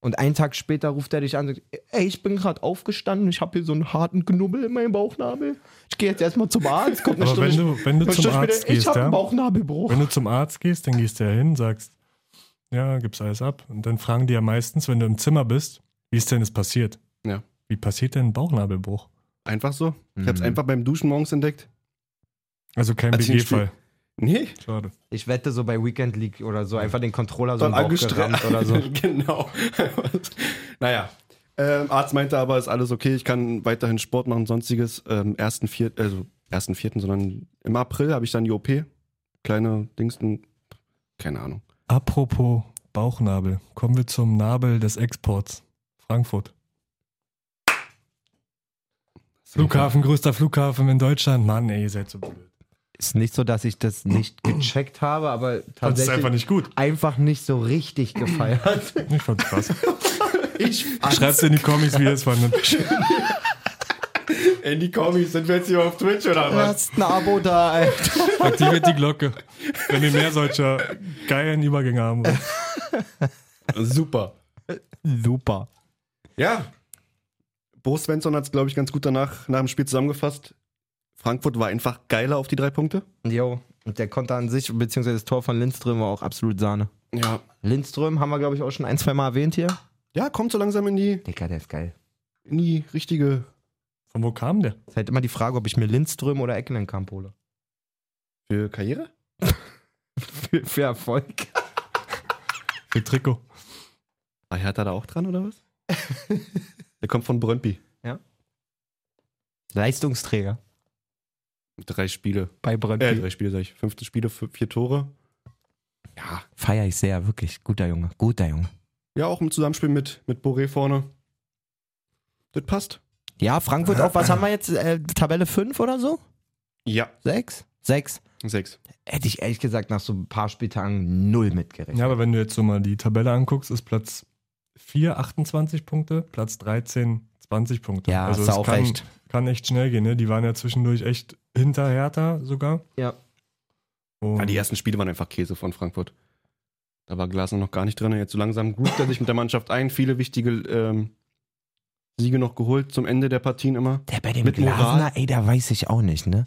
Und einen Tag später ruft er dich an und sagt, ey, ich bin gerade aufgestanden, ich habe hier so einen harten Knubbel in meinem Bauchnabel. Ich gehe jetzt erstmal zum Arzt, kommt eine Aber wenn Stunde du, wenn du eine zum Stunde später, Arzt gehst, ich habe einen ja? Bauchnabelbruch. Wenn du zum Arzt gehst, dann gehst du ja hin, sagst, ja, gib's alles ab. Und dann fragen die ja meistens, wenn du im Zimmer bist, wie ist denn das passiert? Ja. Wie passiert denn ein Bauchnabelbruch? einfach so. Ich Mhm. hab's einfach beim Duschen morgens entdeckt. Also kein Als ich ein BG-Fall. Nee, Schade. Ich wette so bei Weekend League oder so, einfach den Controller so so im Bauch gerammt angestrengt oder so. genau. naja. Ähm, Arzt meinte aber, ist alles okay, ich kann weiterhin Sport machen, sonstiges. Ähm, ersten Viert, also ersten Vierten, sondern im April habe ich dann die OP. Kleine Dings, keine Ahnung. Apropos Bauchnabel, kommen wir zum Nabel des Exports. Frankfurt. Flughafen, größter Flughafen in Deutschland. Mann, ey, ihr seid so blöd. Ist nicht so, dass ich das nicht gecheckt habe, aber Fand's tatsächlich einfach nicht gut. einfach nicht so richtig gefeiert. Ich fand's krass. Ich Schreibt's in die Comics, wie ihr es fandet. In die Kommis, sind wir jetzt hier auf Twitch oder Lasst ein Abo da, Alter. Aktiviert die Glocke, wenn ihr mehr solcher geilen Übergänge haben wollt. Super. Super. Ja. Bo Svensson hat es, glaube ich, ganz gut danach nach dem Spiel zusammengefasst. Frankfurt war einfach geiler auf die drei Punkte. Jo, und der Konter an sich, beziehungsweise das Tor von Lindström war auch absolut Sahne. Ja. Lindström haben wir, glaube ich, auch schon ein, zwei Mal erwähnt hier. Ja, kommt so langsam in die, Dicker, der ist geil. in die richtige. Von wo kam der? ist halt immer die Frage, ob ich mir Lindström oder Eckenenkamp hole. Für Karriere? Für, für Erfolg. Für Trikot. Ah, Hertha da auch dran, oder was? Der kommt von Brøndby. Leistungsträger Drei Spiele. bei Brentby. Äh, drei Spiele, sag ich. 15 Spiele, fü- vier Tore. Ja. Feier ich sehr, wirklich. Guter Junge, guter Junge. Ja, auch im Zusammenspiel mit, mit Boré vorne. Das passt. Ja, Frankfurt auch, was haben wir jetzt? Äh, Tabelle 5 oder so? Ja. 6? 6. Sechs. Hätte ich ehrlich gesagt nach so ein paar Spieltagen null mitgerechnet. Ja, aber wenn du jetzt so mal die Tabelle anguckst, ist Platz 4 28 Punkte, Platz 13 20 Punkte. Also Ja, hast du es auch kann, recht. Kann echt schnell gehen, ne? Die waren ja zwischendurch echt hinter Hertha sogar. Ja. Und Ja, Ah, die ersten Spiele waren einfach Käse von Frankfurt. Da war Glasner noch gar nicht drin. Jetzt so langsam groupt er sich mit der Mannschaft ein. Viele wichtige ähm, Siege noch geholt zum Ende der Partien immer. Der bei dem Mit Moral. Glasner, ey, da weiß ich auch nicht, ne?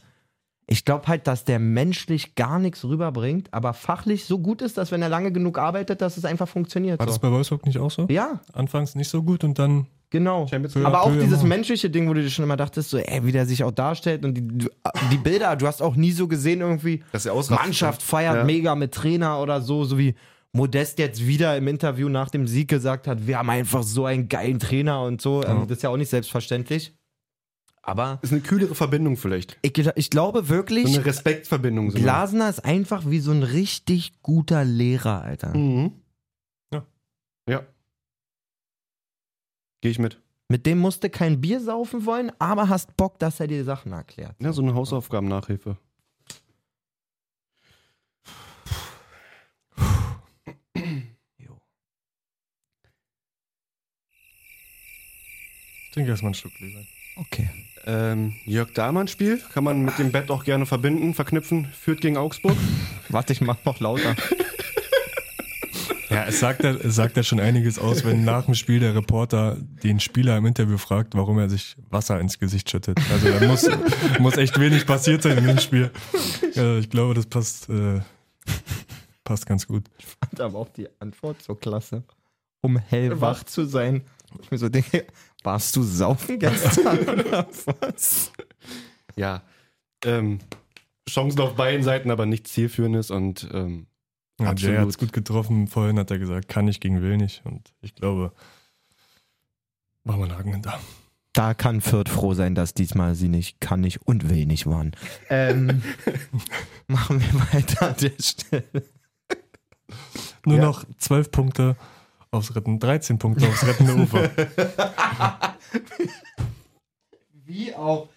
Ich glaube halt, dass der menschlich gar nichts rüberbringt, aber fachlich so gut ist, dass wenn er lange genug arbeitet, dass es einfach funktioniert. war das So. bei Wolfsburg nicht auch so? Ja, Anfangs nicht so gut und dann genau. Champions League. Aber auch Ja, dieses ja. menschliche Ding, wo du dir schon immer dachtest, so, ey, wie der sich auch darstellt und die, du- äh, die Bilder, du hast auch nie so gesehen irgendwie, Dass er ausrastet. Mannschaft feiert Ja. mega mit Trainer oder so, so wie Modest jetzt wieder im Interview nach dem Sieg gesagt hat, wir haben einfach so einen geilen Trainer und so. Ähm, Das ist ja auch nicht selbstverständlich. Aber Ist eine kühlere Verbindung vielleicht. ich, ich glaube wirklich, So eine Respektverbindung. so eine- Glasner ist einfach wie so ein richtig guter Lehrer, Alter. Mhm. Ja. Ja. Gehe ich mit. Mit dem musst du kein Bier saufen wollen, aber hast Bock, dass er dir Sachen erklärt. Ja, so eine Hausaufgabennachhilfe. Jo. trinke erstmal einen Schluck Gläser. Okay. Ähm, Jörg Dahmann Spiel kann man mit dem Bett auch gerne verbinden, verknüpfen. Führt gegen Augsburg. Warte, ich mach noch lauter. Ja, es sagt, ja- es sagt ja schon einiges aus, wenn nach dem Spiel der Reporter den Spieler im Interview fragt, warum er sich Wasser ins Gesicht schüttet. Also da muss, muss echt wenig passiert sein in dem Spiel. Äh, ich glaube, das passt, äh, passt ganz gut. Fand aber auch die Antwort so klasse. Um hellwach zu sein. Ich mir so denke, warst du saufen gestern oder was? Ja. Ähm, Chancen auf beiden Seiten, aber nichts Zielführendes und ähm, Ja, Jay Absolut. hat es gut getroffen. Vorhin hat er gesagt, kann ich gegen will nicht. Und ich glaube, war mein Haken hinter. Da kann Fürth froh sein, dass diesmal sie nicht kann nicht und will nicht waren. Ähm, machen wir weiter an der Stelle. Nur noch 12 Punkte aufs Retten, 13 Punkte aufs rettende Ufer. Wie auch.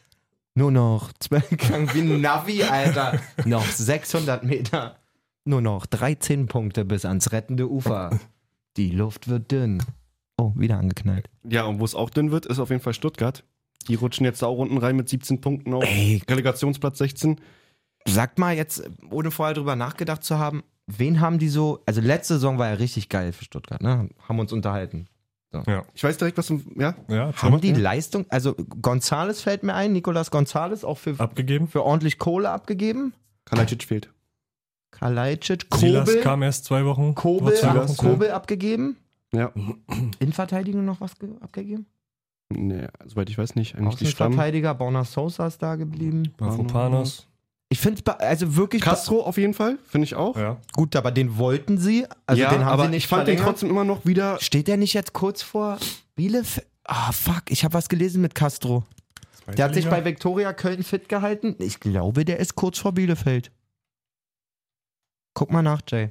Nur noch Zwerggang wie ein Navi, Alter. noch 600 Meter. Nur noch 13 Punkte bis ans rettende Ufer. Die Luft wird dünn. Oh, wieder angeknallt. Ja, und wo es auch dünn wird, ist auf jeden Fall Stuttgart. Die rutschen jetzt auch unten rein mit 17 Punkten auf Ey, Relegationsplatz 16. Sagt mal jetzt, ohne vorher drüber nachgedacht zu haben, wen haben die so. Also, letzte Saison war ja richtig geil für Stuttgart, ne? Haben uns unterhalten. Ich weiß direkt, was im, ja? Ja, ne? Haben die ja. Leistung. Also, Gonzales fällt mir ein, Nicolas Gonzales, auch für, abgegeben? für ordentlich Kohle abgegeben. Kalajic fehlt. Kalajdzic, Silas Kobel. kam erst zwei Wochen. Kobel, zwei ab, Wochen, Kobel abgegeben. Ja. Innenverteidigung noch was ge- abgegeben? Nee, soweit ich weiß nicht. Eigentlich die Stamm. Außenverteidiger, Borna Sosa ist da geblieben. Panos. Ich finde es also wirklich Castro auf jeden Fall, finde ich auch. Ja. be- gut, aber den wollten sie. Also den haben aber sie nicht ich fand den verlängert. trotzdem immer noch wieder. Steht der nicht jetzt kurz vor Bielefeld? Ah, fuck, ich habe was gelesen mit Castro. Der hat sich bei Viktoria Köln fit gehalten. Ich glaube, der ist kurz vor Bielefeld. Guck mal nach, Jay.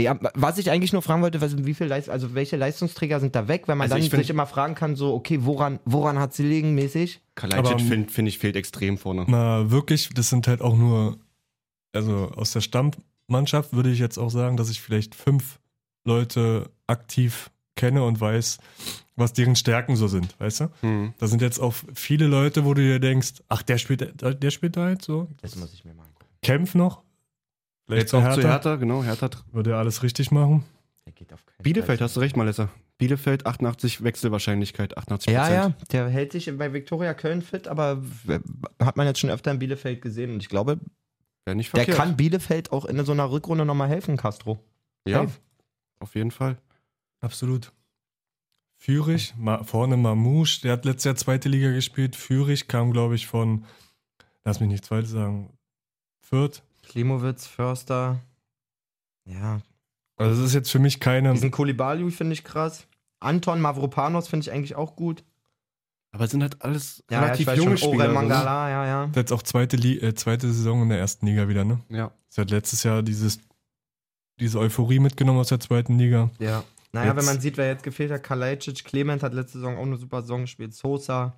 Ja, was ich eigentlich nur fragen wollte, was, wie viel Leist also welche Leistungsträger sind da weg, weil man Also dann ich find- sich immer fragen kann, so, okay, woran, woran hat sie liegen mäßig? Kalajic Aber- finde find ich fehlt extrem vorne. Na, wirklich, das sind halt auch nur, also aus der Stammmannschaft würde ich jetzt auch sagen, dass ich vielleicht fünf Leute aktiv kenne und weiß, was deren Stärken so sind, weißt du? Hm. Da sind jetzt auch viele Leute, wo du dir denkst, ach, der spielt, der spielt da halt so. Das muss ich mir mal angucken. Kämpf noch. Vielleicht Jetzt auch zu Hertha, genau, Hertha. Würde er alles richtig machen. Der geht auf keinen Bielefeld, hast du recht, Malessa. Bielefeld 88 Wechselwahrscheinlichkeit, 88 Ja, ja, der hält sich bei Viktoria Köln fit, aber w- hat man jetzt schon öfter in Bielefeld gesehen und ich glaube, Wäre nicht der verkehrt. kann Bielefeld auch in so einer Rückrunde nochmal helfen, Castro. Ja, Safe. auf jeden Fall. Absolut. Führig, ma, vorne Mamouche, der hat letztes Jahr zweite Liga gespielt. Führig kam, glaube ich, von, lass mich nicht zweites sagen, Fürth. Klimowitz, Förster. Ja, Also das ist jetzt für mich keine. diesen Kolibaliu finde ich krass. Anton Mavropanos finde ich eigentlich auch gut. Aber es sind halt alles Ja, relativ ja, ich weiß junge schon, Spieler. Orel so, ne? Mangala, ja, ja. Das ist jetzt auch zweite, Li äh, zweite Saison in der ersten Liga wieder, ne? Ja. Seit letztes Jahr dieses, diese Euphorie mitgenommen aus der zweiten Liga. ja. Naja, wenn Jetzt- man sieht, wer jetzt gefehlt hat, Kalajdzic, Clement hat letzte Saison auch eine super Saison gespielt, Sosa.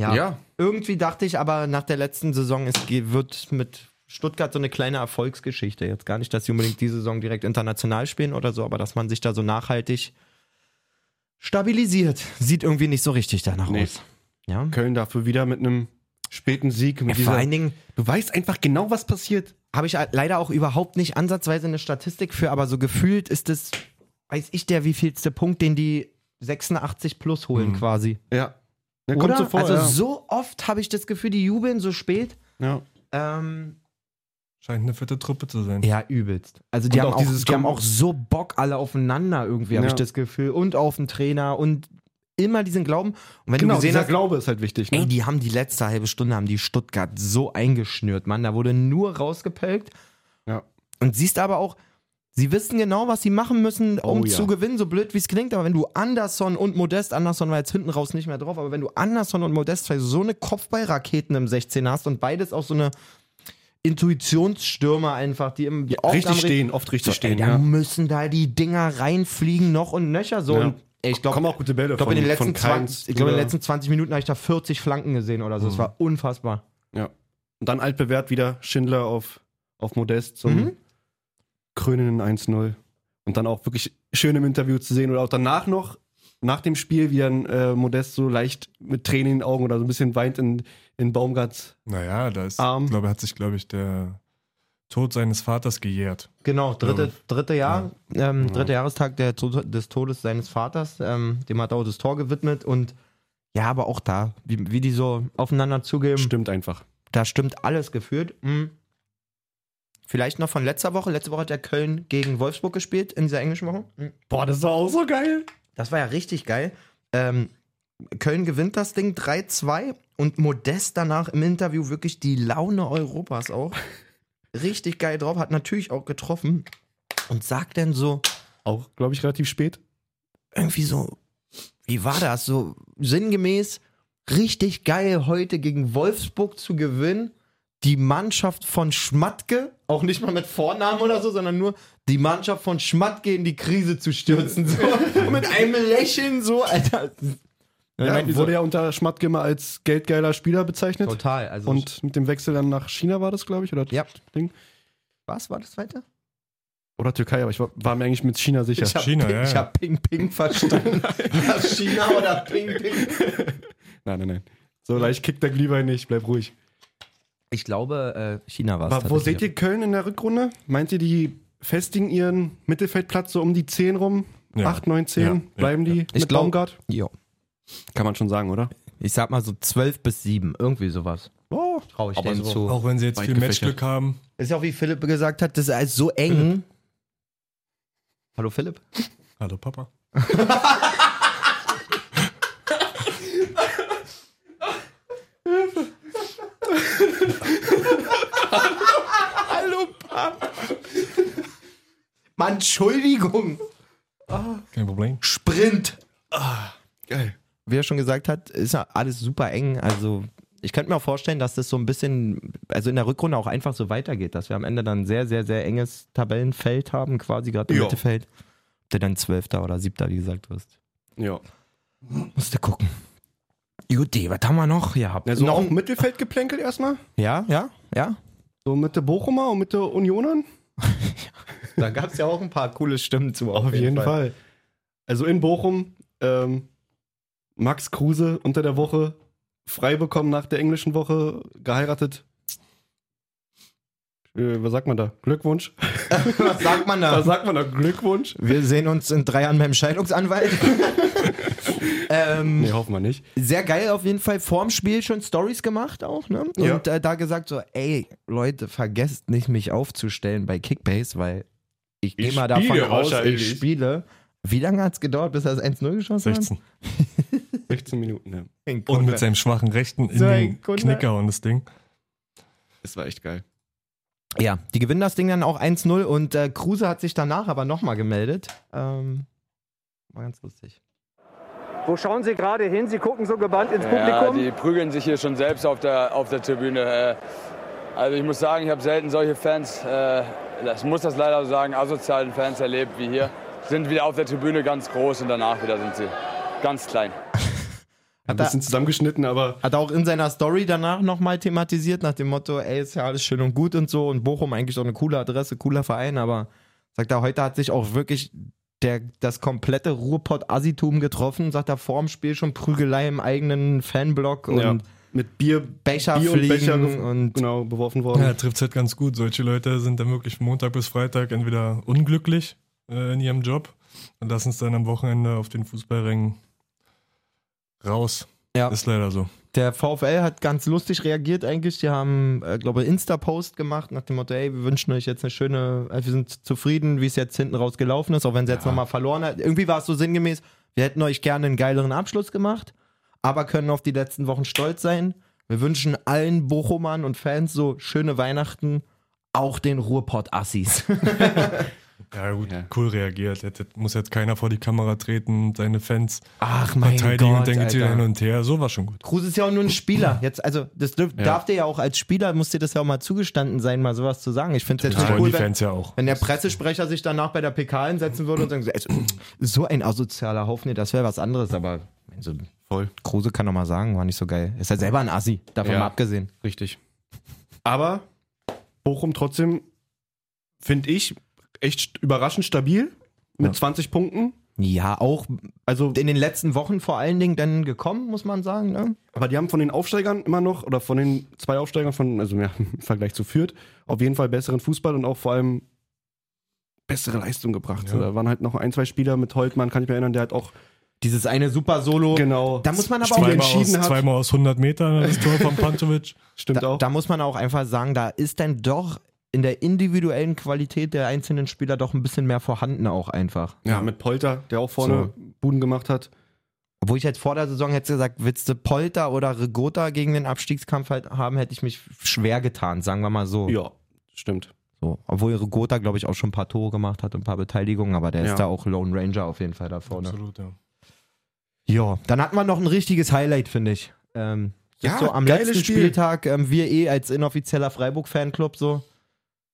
Ja. Irgendwie dachte ich aber nach der letzten Saison, es ge- wird mit Stuttgart so eine kleine Erfolgsgeschichte. Jetzt gar nicht, dass sie unbedingt diese Saison direkt international spielen oder so, aber dass man sich da so nachhaltig stabilisiert. Sieht irgendwie nicht so richtig danach Nee. aus. Ja. Köln dafür wieder mit einem späten Sieg. Mit ja vor dieser, allen Dingen du weißt einfach genau, was passiert. habe ich halt leider auch überhaupt nicht ansatzweise eine Statistik für, aber so gefühlt ist es, weiß ich der wievielste Punkt, den die 86 plus holen quasi. Ja. Oder? ja Mhm. kommt so vor, also ja. so oft habe ich das Gefühl, die jubeln so spät. ja. Ähm, Scheint eine fette Truppe zu sein. Ja, übelst. Also die, Und haben, auch auch, dieses die haben Kom- auch so Bock alle aufeinander irgendwie, habe Ja. ich das Gefühl. Und auf den Trainer und immer diesen Glauben. Und wenn Genau, du gesehen dieser hast, Glaube ist halt wichtig. Ne? ey, die haben die letzte halbe Stunde, haben die Stuttgart so eingeschnürt, Mann. Da wurde nur rausgepelkt. Ja. Und siehst aber auch, sie wissen genau, was sie machen müssen, um Oh ja. zu gewinnen, so blöd wie es klingt. Aber wenn du Anderson und Modest, Anderson war jetzt hinten raus nicht mehr drauf, aber wenn du Anderson und Modest vielleicht so eine Kopfballraketen im 16 hast und beides auch so eine Intuitionsstürmer einfach, die im oft richtig am Re- stehen, oft richtig so, ey, stehen. da Ja. müssen da die Dinger reinfliegen noch und nöcher so. Ja. Und, ey, ich Kommen glaube, auch gute Bälle glaub, von, in, den von letzten Kainz 20 ich glaub, in oder- den letzten 20 Minuten habe ich da 40 Flanken gesehen oder so. Es war unfassbar. Ja. Und dann altbewährt wieder Schindler auf, auf Modest zum Mhm. krönenden 1-0. Und dann auch wirklich schön im Interview zu sehen oder auch danach noch, nach dem Spiel, wie dann äh, Modest so leicht mit Tränen in den Augen oder so ein bisschen weint in, in Baumgarts. Naja, da ist, Ähm. Arm. glaube hat sich, glaube ich, der Tod seines Vaters gejährt. Genau, dritte, dritte Jahr, ähm, dritter Jahrestag der, To- des Todes seines Vaters. Ähm, dem hat er auch das Tor gewidmet und ja, aber auch da, wie, wie die so aufeinander zugeben, Stimmt einfach. da stimmt alles gefühlt. Mhm. Vielleicht noch von letzter Woche. Letzte Woche hat der Köln gegen Wolfsburg gespielt in dieser englischen Woche. Mhm. Boah, das war auch so geil. Das war ja richtig geil. Ähm, Köln gewinnt das Ding 3-2 und Modest danach im Interview wirklich die Laune Europas auch. Richtig geil drauf, hat natürlich auch getroffen und sagt dann so, Auch, glaube ich, relativ spät. irgendwie so, wie war das? So sinngemäß, richtig geil, heute gegen Wolfsburg zu gewinnen. Die Mannschaft von Schmatke, auch nicht mal mit Vornamen oder so, sondern nur die Mannschaft von Schmatke in die Krise zu stürzen. So, mit einem Lächeln so, Alter. Ja, Meint die so- wurde ja unter Schmatke immer als geldgeiler Spieler bezeichnet. Total. Also Und mit dem Wechsel dann nach China war das, glaube ich, oder Ja. Ding. was war das weiter? Oder Türkei, aber ich war, war mir eigentlich mit China sicher. Ich habe China, Ping, ja, ich ja. hab Ping Ping verstanden. War China oder Ping Ping? Nein, nein, nein. So leicht kickt der Glühwein nicht, bleib ruhig. Ich glaube, äh, China war Aber es. wo seht ihr Köln in der Rückrunde? Meint ihr, die festigen ihren Mittelfeldplatz so um die 10 rum? Ja. 8, 9, 10 Ja, ja, bleiben die Ich mit glaub- Baumgart? Jo. Kann man schon sagen, oder? Ich sag mal so 12 bis 7, irgendwie sowas. Oh, Traue ich Aber denen so- zu. Auch wenn sie jetzt Weit viel gefächert. Matchglück haben. Ist ja auch wie Philipp gesagt hat, das ist alles so eng. Hallo Philipp? Hallo Papa. Mann, Entschuldigung. Kein Problem. Sprint. geil. Wie er schon gesagt hat, ist ja alles super eng. Also ich könnte mir auch vorstellen, dass das so ein bisschen, also in der Rückrunde auch einfach so weitergeht, dass wir am Ende dann ein sehr, sehr, sehr enges Tabellenfeld haben, quasi gerade im Ja. Mittelfeld. Ob du dann Zwölfter oder Siebter, wie gesagt, wirst. Ja. Musst du gucken. Gut, was haben wir noch gehabt? Also noch auch Mittelfeldgeplänkel erstmal? Ja, ja, ja. So mit der Bochumer und mit der Unionern? Da gab es ja auch ein paar coole Stimmen zu. Auf jeden Fall. Also in Bochum, ähm, Max Kruse unter der Woche, frei bekommen nach der englischen Woche, geheiratet. Äh, was sagt man da? Glückwunsch. Was sagt man da? Was sagt man da? Glückwunsch? Wir sehen uns in drei Jahren beim Scheidungsanwalt. ähm, Nee, hoffen wir nicht. Sehr geil auf jeden Fall. Vorm Spiel schon Stories gemacht auch, ne? Und Ja. äh, da gesagt so, ey, Leute, vergesst nicht, mich aufzustellen bei Kickbase, weil ich, gehe mal davon spiele aus, ich wahrscheinlich. spiele. Wie lange hat es gedauert, bis er das 1-0 geschossen 16. 16 Minuten, ja. hat? Und mit seinem schwachen Rechten in So ein den Kunde. Knicker und das Ding. Das war echt geil. Ja, die gewinnen das Ding dann auch 1-0 und äh, Kruse hat sich danach aber nochmal gemeldet. Ähm, war ganz lustig. Wo schauen Sie gerade hin? Sie gucken so gebannt ins Ja, Publikum. die prügeln sich hier schon selbst auf der, auf der Tribüne. Äh, Also ich muss sagen, ich habe selten solche Fans, äh, ich muss das leider so sagen, asozialen Fans erlebt wie hier. Sind wieder auf der Tribüne ganz groß und danach wieder sind sie ganz klein. Ein bisschen zusammengeschnitten, aber Hat er auch in seiner Story danach nochmal thematisiert, nach dem Motto, ey, ist ja alles schön und gut und so und Bochum eigentlich auch eine coole Adresse, cooler Verein, aber sagt er, heute hat sich auch wirklich der, das komplette Ruhrpott-Assitum getroffen, sagt er, vorm Spiel schon Prügelei im eigenen Fanblock und ja, mit Bier, Becher Bier fliegen ge- und- genau beworfen worden. Ja, trifft es halt ganz gut. Solche Leute sind dann wirklich Montag bis Freitag entweder unglücklich äh, in ihrem Job und lassen es dann am Wochenende auf den Fußballrängen raus. Ja. Ist leider so. Der VfL hat ganz lustig reagiert eigentlich. Die haben, äh, glaube ich, Insta-Post gemacht nach dem Motto, ey, wir wünschen euch jetzt eine schöne, äh, wir sind zufrieden, wie es jetzt hinten raus gelaufen ist, auch wenn sie jetzt nochmal verloren hat. Irgendwie war es so sinngemäß, wir hätten euch gerne einen geileren Abschluss gemacht, aber können auf die letzten Wochen stolz sein. Wir wünschen allen Bochumern und Fans so schöne Weihnachten, auch den Ruhrpott-Assis. Ja, gut, Ja. cool reagiert. Jetzt, jetzt muss jetzt keiner vor die Kamera treten und seine Fans Ach verteidigen und dann geht's wieder hin und her. So war schon gut. Kruse ist ja auch nur ein Spieler. Jetzt, also, das dürf, darf dir ja auch als Spieler, muss dir das ja auch mal zugestanden sein, mal sowas zu sagen. Ich finde es jetzt Das nicht wollen cool, die wenn, Fans ja auch. Wenn der Pressesprecher sich danach bei der PK hinsetzen würde und sagen, so, "Also, so ein asozialer Haufen, nee, das wäre was anderes, aber also, Voll. Kruse kann doch mal sagen, war nicht so geil. Ist ja selber ein Assi, davon Ja. mal abgesehen. Richtig. Aber Bochum trotzdem, finde ich, echt st- überraschend stabil mit 20 Punkten. Ja, auch Also, in den letzten Wochen vor allen Dingen dann gekommen, muss man sagen. Ne? aber die haben von den Aufsteigern immer noch, oder von den zwei Aufsteigern, von, also ja, im Vergleich zu Fürth, auf jeden Fall besseren Fußball und auch vor allem bessere Leistung gebracht. So, da waren halt noch ein, zwei Spieler mit Holtmann, kann ich mir erinnern, der hat auch Dieses eine Super-Solo. genau Oh, Da muss man aber auch Spiel Zweimal aus, entschieden hat. zweimal aus 100 Metern das Tor von Pantovic. Stimmt Da, auch. da muss man auch einfach sagen, da ist dann doch in der individuellen Qualität der einzelnen Spieler doch ein bisschen mehr vorhanden auch einfach. ja, mit Polter, der auch vorne Buden gemacht hat. Obwohl ich jetzt vor der Saison hätte gesagt, willst du Polter oder Regota gegen den Abstiegskampf halt haben, hätte ich mich schwer getan, sagen wir mal so. Ja, stimmt. so. Obwohl Regota, glaube ich, auch schon ein paar Tore gemacht hat und ein paar Beteiligungen, aber der Ja. ne? ist da auch Lone Ranger auf jeden Fall da vorne. Absolut, ja. Ja, dann hatten wir noch ein richtiges Highlight, finde ich. Ähm, das Ja, so am geiles letzten Spiel. Spieltag, ähm, wir eh als inoffizieller Freiburg-Fanclub so.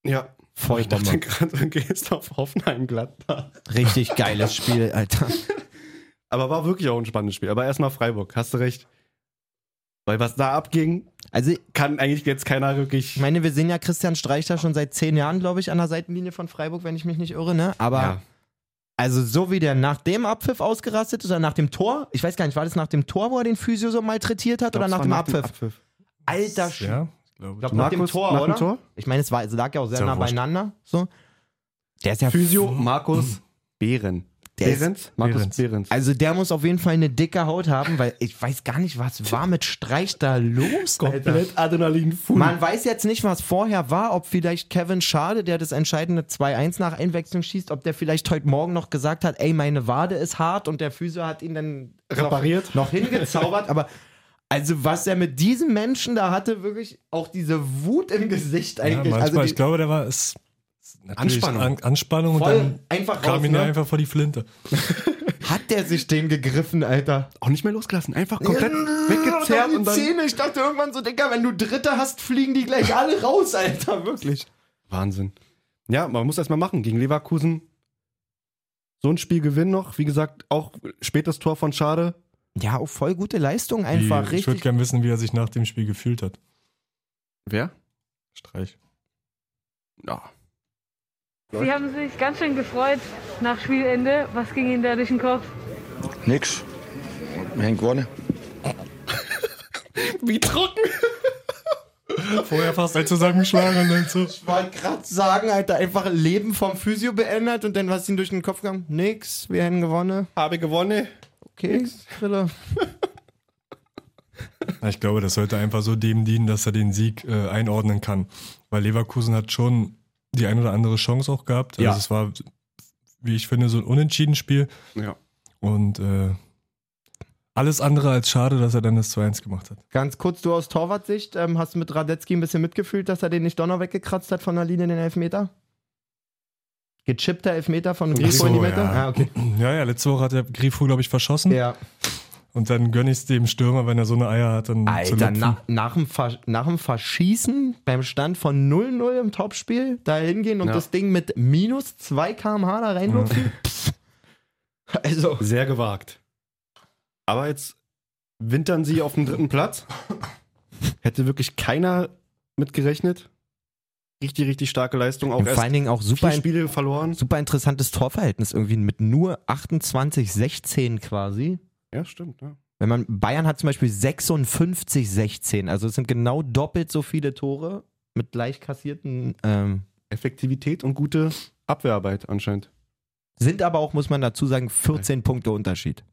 Ja. Voll ich dachte Bombe. gerade, du gehst auf Hoffenheim Gladbach. Richtig geiles Spiel, Alter. Aber war wirklich auch ein spannendes Spiel. Aber erstmal Freiburg, hast du recht. Weil was da abging, Also, ich kann eigentlich jetzt keiner wirklich. meine, wir sehen ja Christian Streich da schon seit zehn Jahren, glaube ich, an der Seitenlinie von Freiburg, wenn ich mich nicht irre, ne? Aber Ja. Also so wie der nach dem Abpfiff ausgerastet ist oder nach dem Tor, ich weiß gar nicht, war das nach dem Tor, wo er den Physio so malträtiert hat oder nach dem Abpfiff? Alter Sch Ja, glaube ich. glaub, nach dem Markus, Tor, nach dem oder? Tor? Ich meine, es, war, es lag ja auch sehr ja nah wurscht. beieinander. So. Der ist ja Physio Markus Behren. Der ist- Markus Behrens. Behrens. Also der muss auf jeden Fall eine dicke Haut haben, weil ich weiß gar nicht, was war mit Streich da los, Alter. Adrenalin full. Man weiß jetzt nicht, was vorher war, ob vielleicht Kevin Schade, der das entscheidende 2-1 nach Einwechslung schießt, ob der vielleicht heute Morgen noch gesagt hat, ey, meine Wade ist hart und der Physio hat ihn dann Repariert. Noch, noch hingezaubert, aber also was er mit diesem Menschen da hatte, wirklich auch diese Wut im Gesicht Ja, eigentlich. manchmal, also die, ich glaube, der war es. natürlich Anspannung. An, Anspannung und Voll dann einfach kam raus, ihn da ne? einfach vor die Flinte. hat der sich den gegriffen, Alter. Auch nicht mehr losgelassen, einfach komplett Zerrt weggezerrt und dann. Ich dachte irgendwann so, Dicker, wenn du Dritte hast, fliegen die gleich alle raus, Alter, wirklich. Wahnsinn. Ja, man muss erstmal machen. Gegen Leverkusen so ein Spiel gewinnen noch. Wie gesagt, auch spätes Tor von Schade. Ja, auch voll gute Leistung Die, einfach, ich würde richtig. gerne wissen, wie er sich nach dem Spiel gefühlt hat. Wer? Streich. Ja. Sie haben sich ganz schön gefreut nach Spielende. Was ging Ihnen da durch den Kopf? Nix. Wir haben gewonnen. Wie trocken. Vorher fast halt zusammengeschlagen und dann so. Ich wollte gerade sagen, Alter, einfach Leben vom Physio beendet und dann was ihm durch den Kopf gegangen. Nix, wir hätten gewonnen. Habe gewonnen. Okay, Brille. Na, Ich glaube, das sollte einfach so dem dienen, dass er den Sieg äh, einordnen kann. Weil Leverkusen hat schon die ein oder andere Chance auch gehabt. Ja. Also es war, wie ich finde, so ein unentschieden Spiel. Ja. Und äh, alles andere als schade, dass er dann das 2-1 gemacht hat. Ganz kurz, du aus Torwartsicht, ähm, hast du mit Radetzky ein bisschen mitgefühlt, dass er den nicht Donner weggekratzt hat von der Linie in den Elfmeter? Gechippter Elfmeter von Rico in die Mitte? ja. Ah, okay. ja, ja, letzte Woche hat der Grifo, glaube ich, verschossen. Ja. Und dann gönn ich es dem Stürmer, wenn er so eine Eier hat. Dann zu Alter, lupfen. na, nach, dem Ver- nach dem Verschießen beim Stand von 0-0 im Topspiel da hingehen und Ja. das Ding mit minus 2 km/h da reinlupfen? Pff. Also, Sehr gewagt. Aber jetzt wintern sie auf dem dritten Platz. Hätte wirklich keiner mitgerechnet. Richtig, richtig starke Leistung. Auch und vor erst allen Dingen auch vier super, in, Spiele verloren. super interessantes Torverhältnis irgendwie mit nur 28-16 quasi. Ja, stimmt. Ja. Wenn man, Bayern hat zum Beispiel 56-16, also es sind genau doppelt so viele Tore mit gleich kassierten, ähm, Effektivität und gute Abwehrarbeit anscheinend. sind aber auch, muss man dazu sagen, 14 Punkte Unterschied.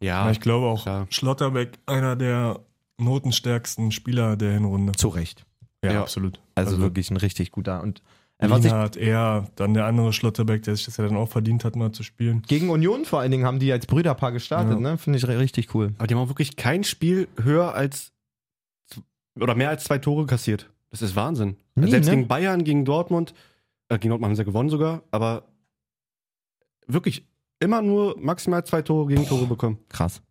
Ja, Na, ich glaube auch klar. Schlotterbeck, einer der notenstärksten Spieler der Hinrunde. Zu Recht. Ja. absolut. Also, Also- wirklich ein richtig guter. Und äh, was ich Lina hat er, dann der andere Schlotterbeck, der sich das ja dann auch verdient hat, mal zu spielen. Gegen Union vor allen Dingen haben die als Brüderpaar gestartet, Ja. ne? Finde ich ri- richtig cool. Aber die haben auch wirklich kein Spiel höher als z- oder mehr als zwei Tore kassiert. Das ist Wahnsinn. Also Nie, Selbst ne? gegen Bayern, gegen Dortmund, äh, gegen Dortmund haben sie ja gewonnen sogar, aber wirklich immer nur maximal zwei Tore gegen Tore bekommen. Krass.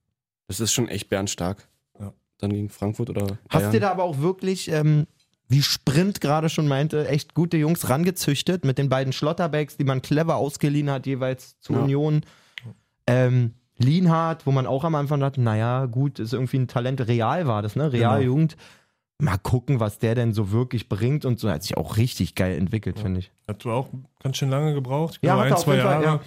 Das ist schon echt bernstark. Ja. Dann gegen Frankfurt oder Hast dir da aber auch wirklich, ähm, wie Sprint gerade schon meinte, echt gute Jungs rangezüchtet mit den beiden Schlotterbacks, die man clever ausgeliehen hat, jeweils zu Ja. Union. Ähm, Lienhardt, wo man auch am Anfang dachte, naja, gut, ist irgendwie ein Talent. Real war das, ne? Genau. Real-Jugend. Mal gucken, was der denn so wirklich bringt und so. Hat sich auch richtig geil entwickelt, finde ich. Hat du auch ganz schön lange gebraucht, ich Ja, glaube, hat er ein, auf zwei jeden Jahre. Fall, ja.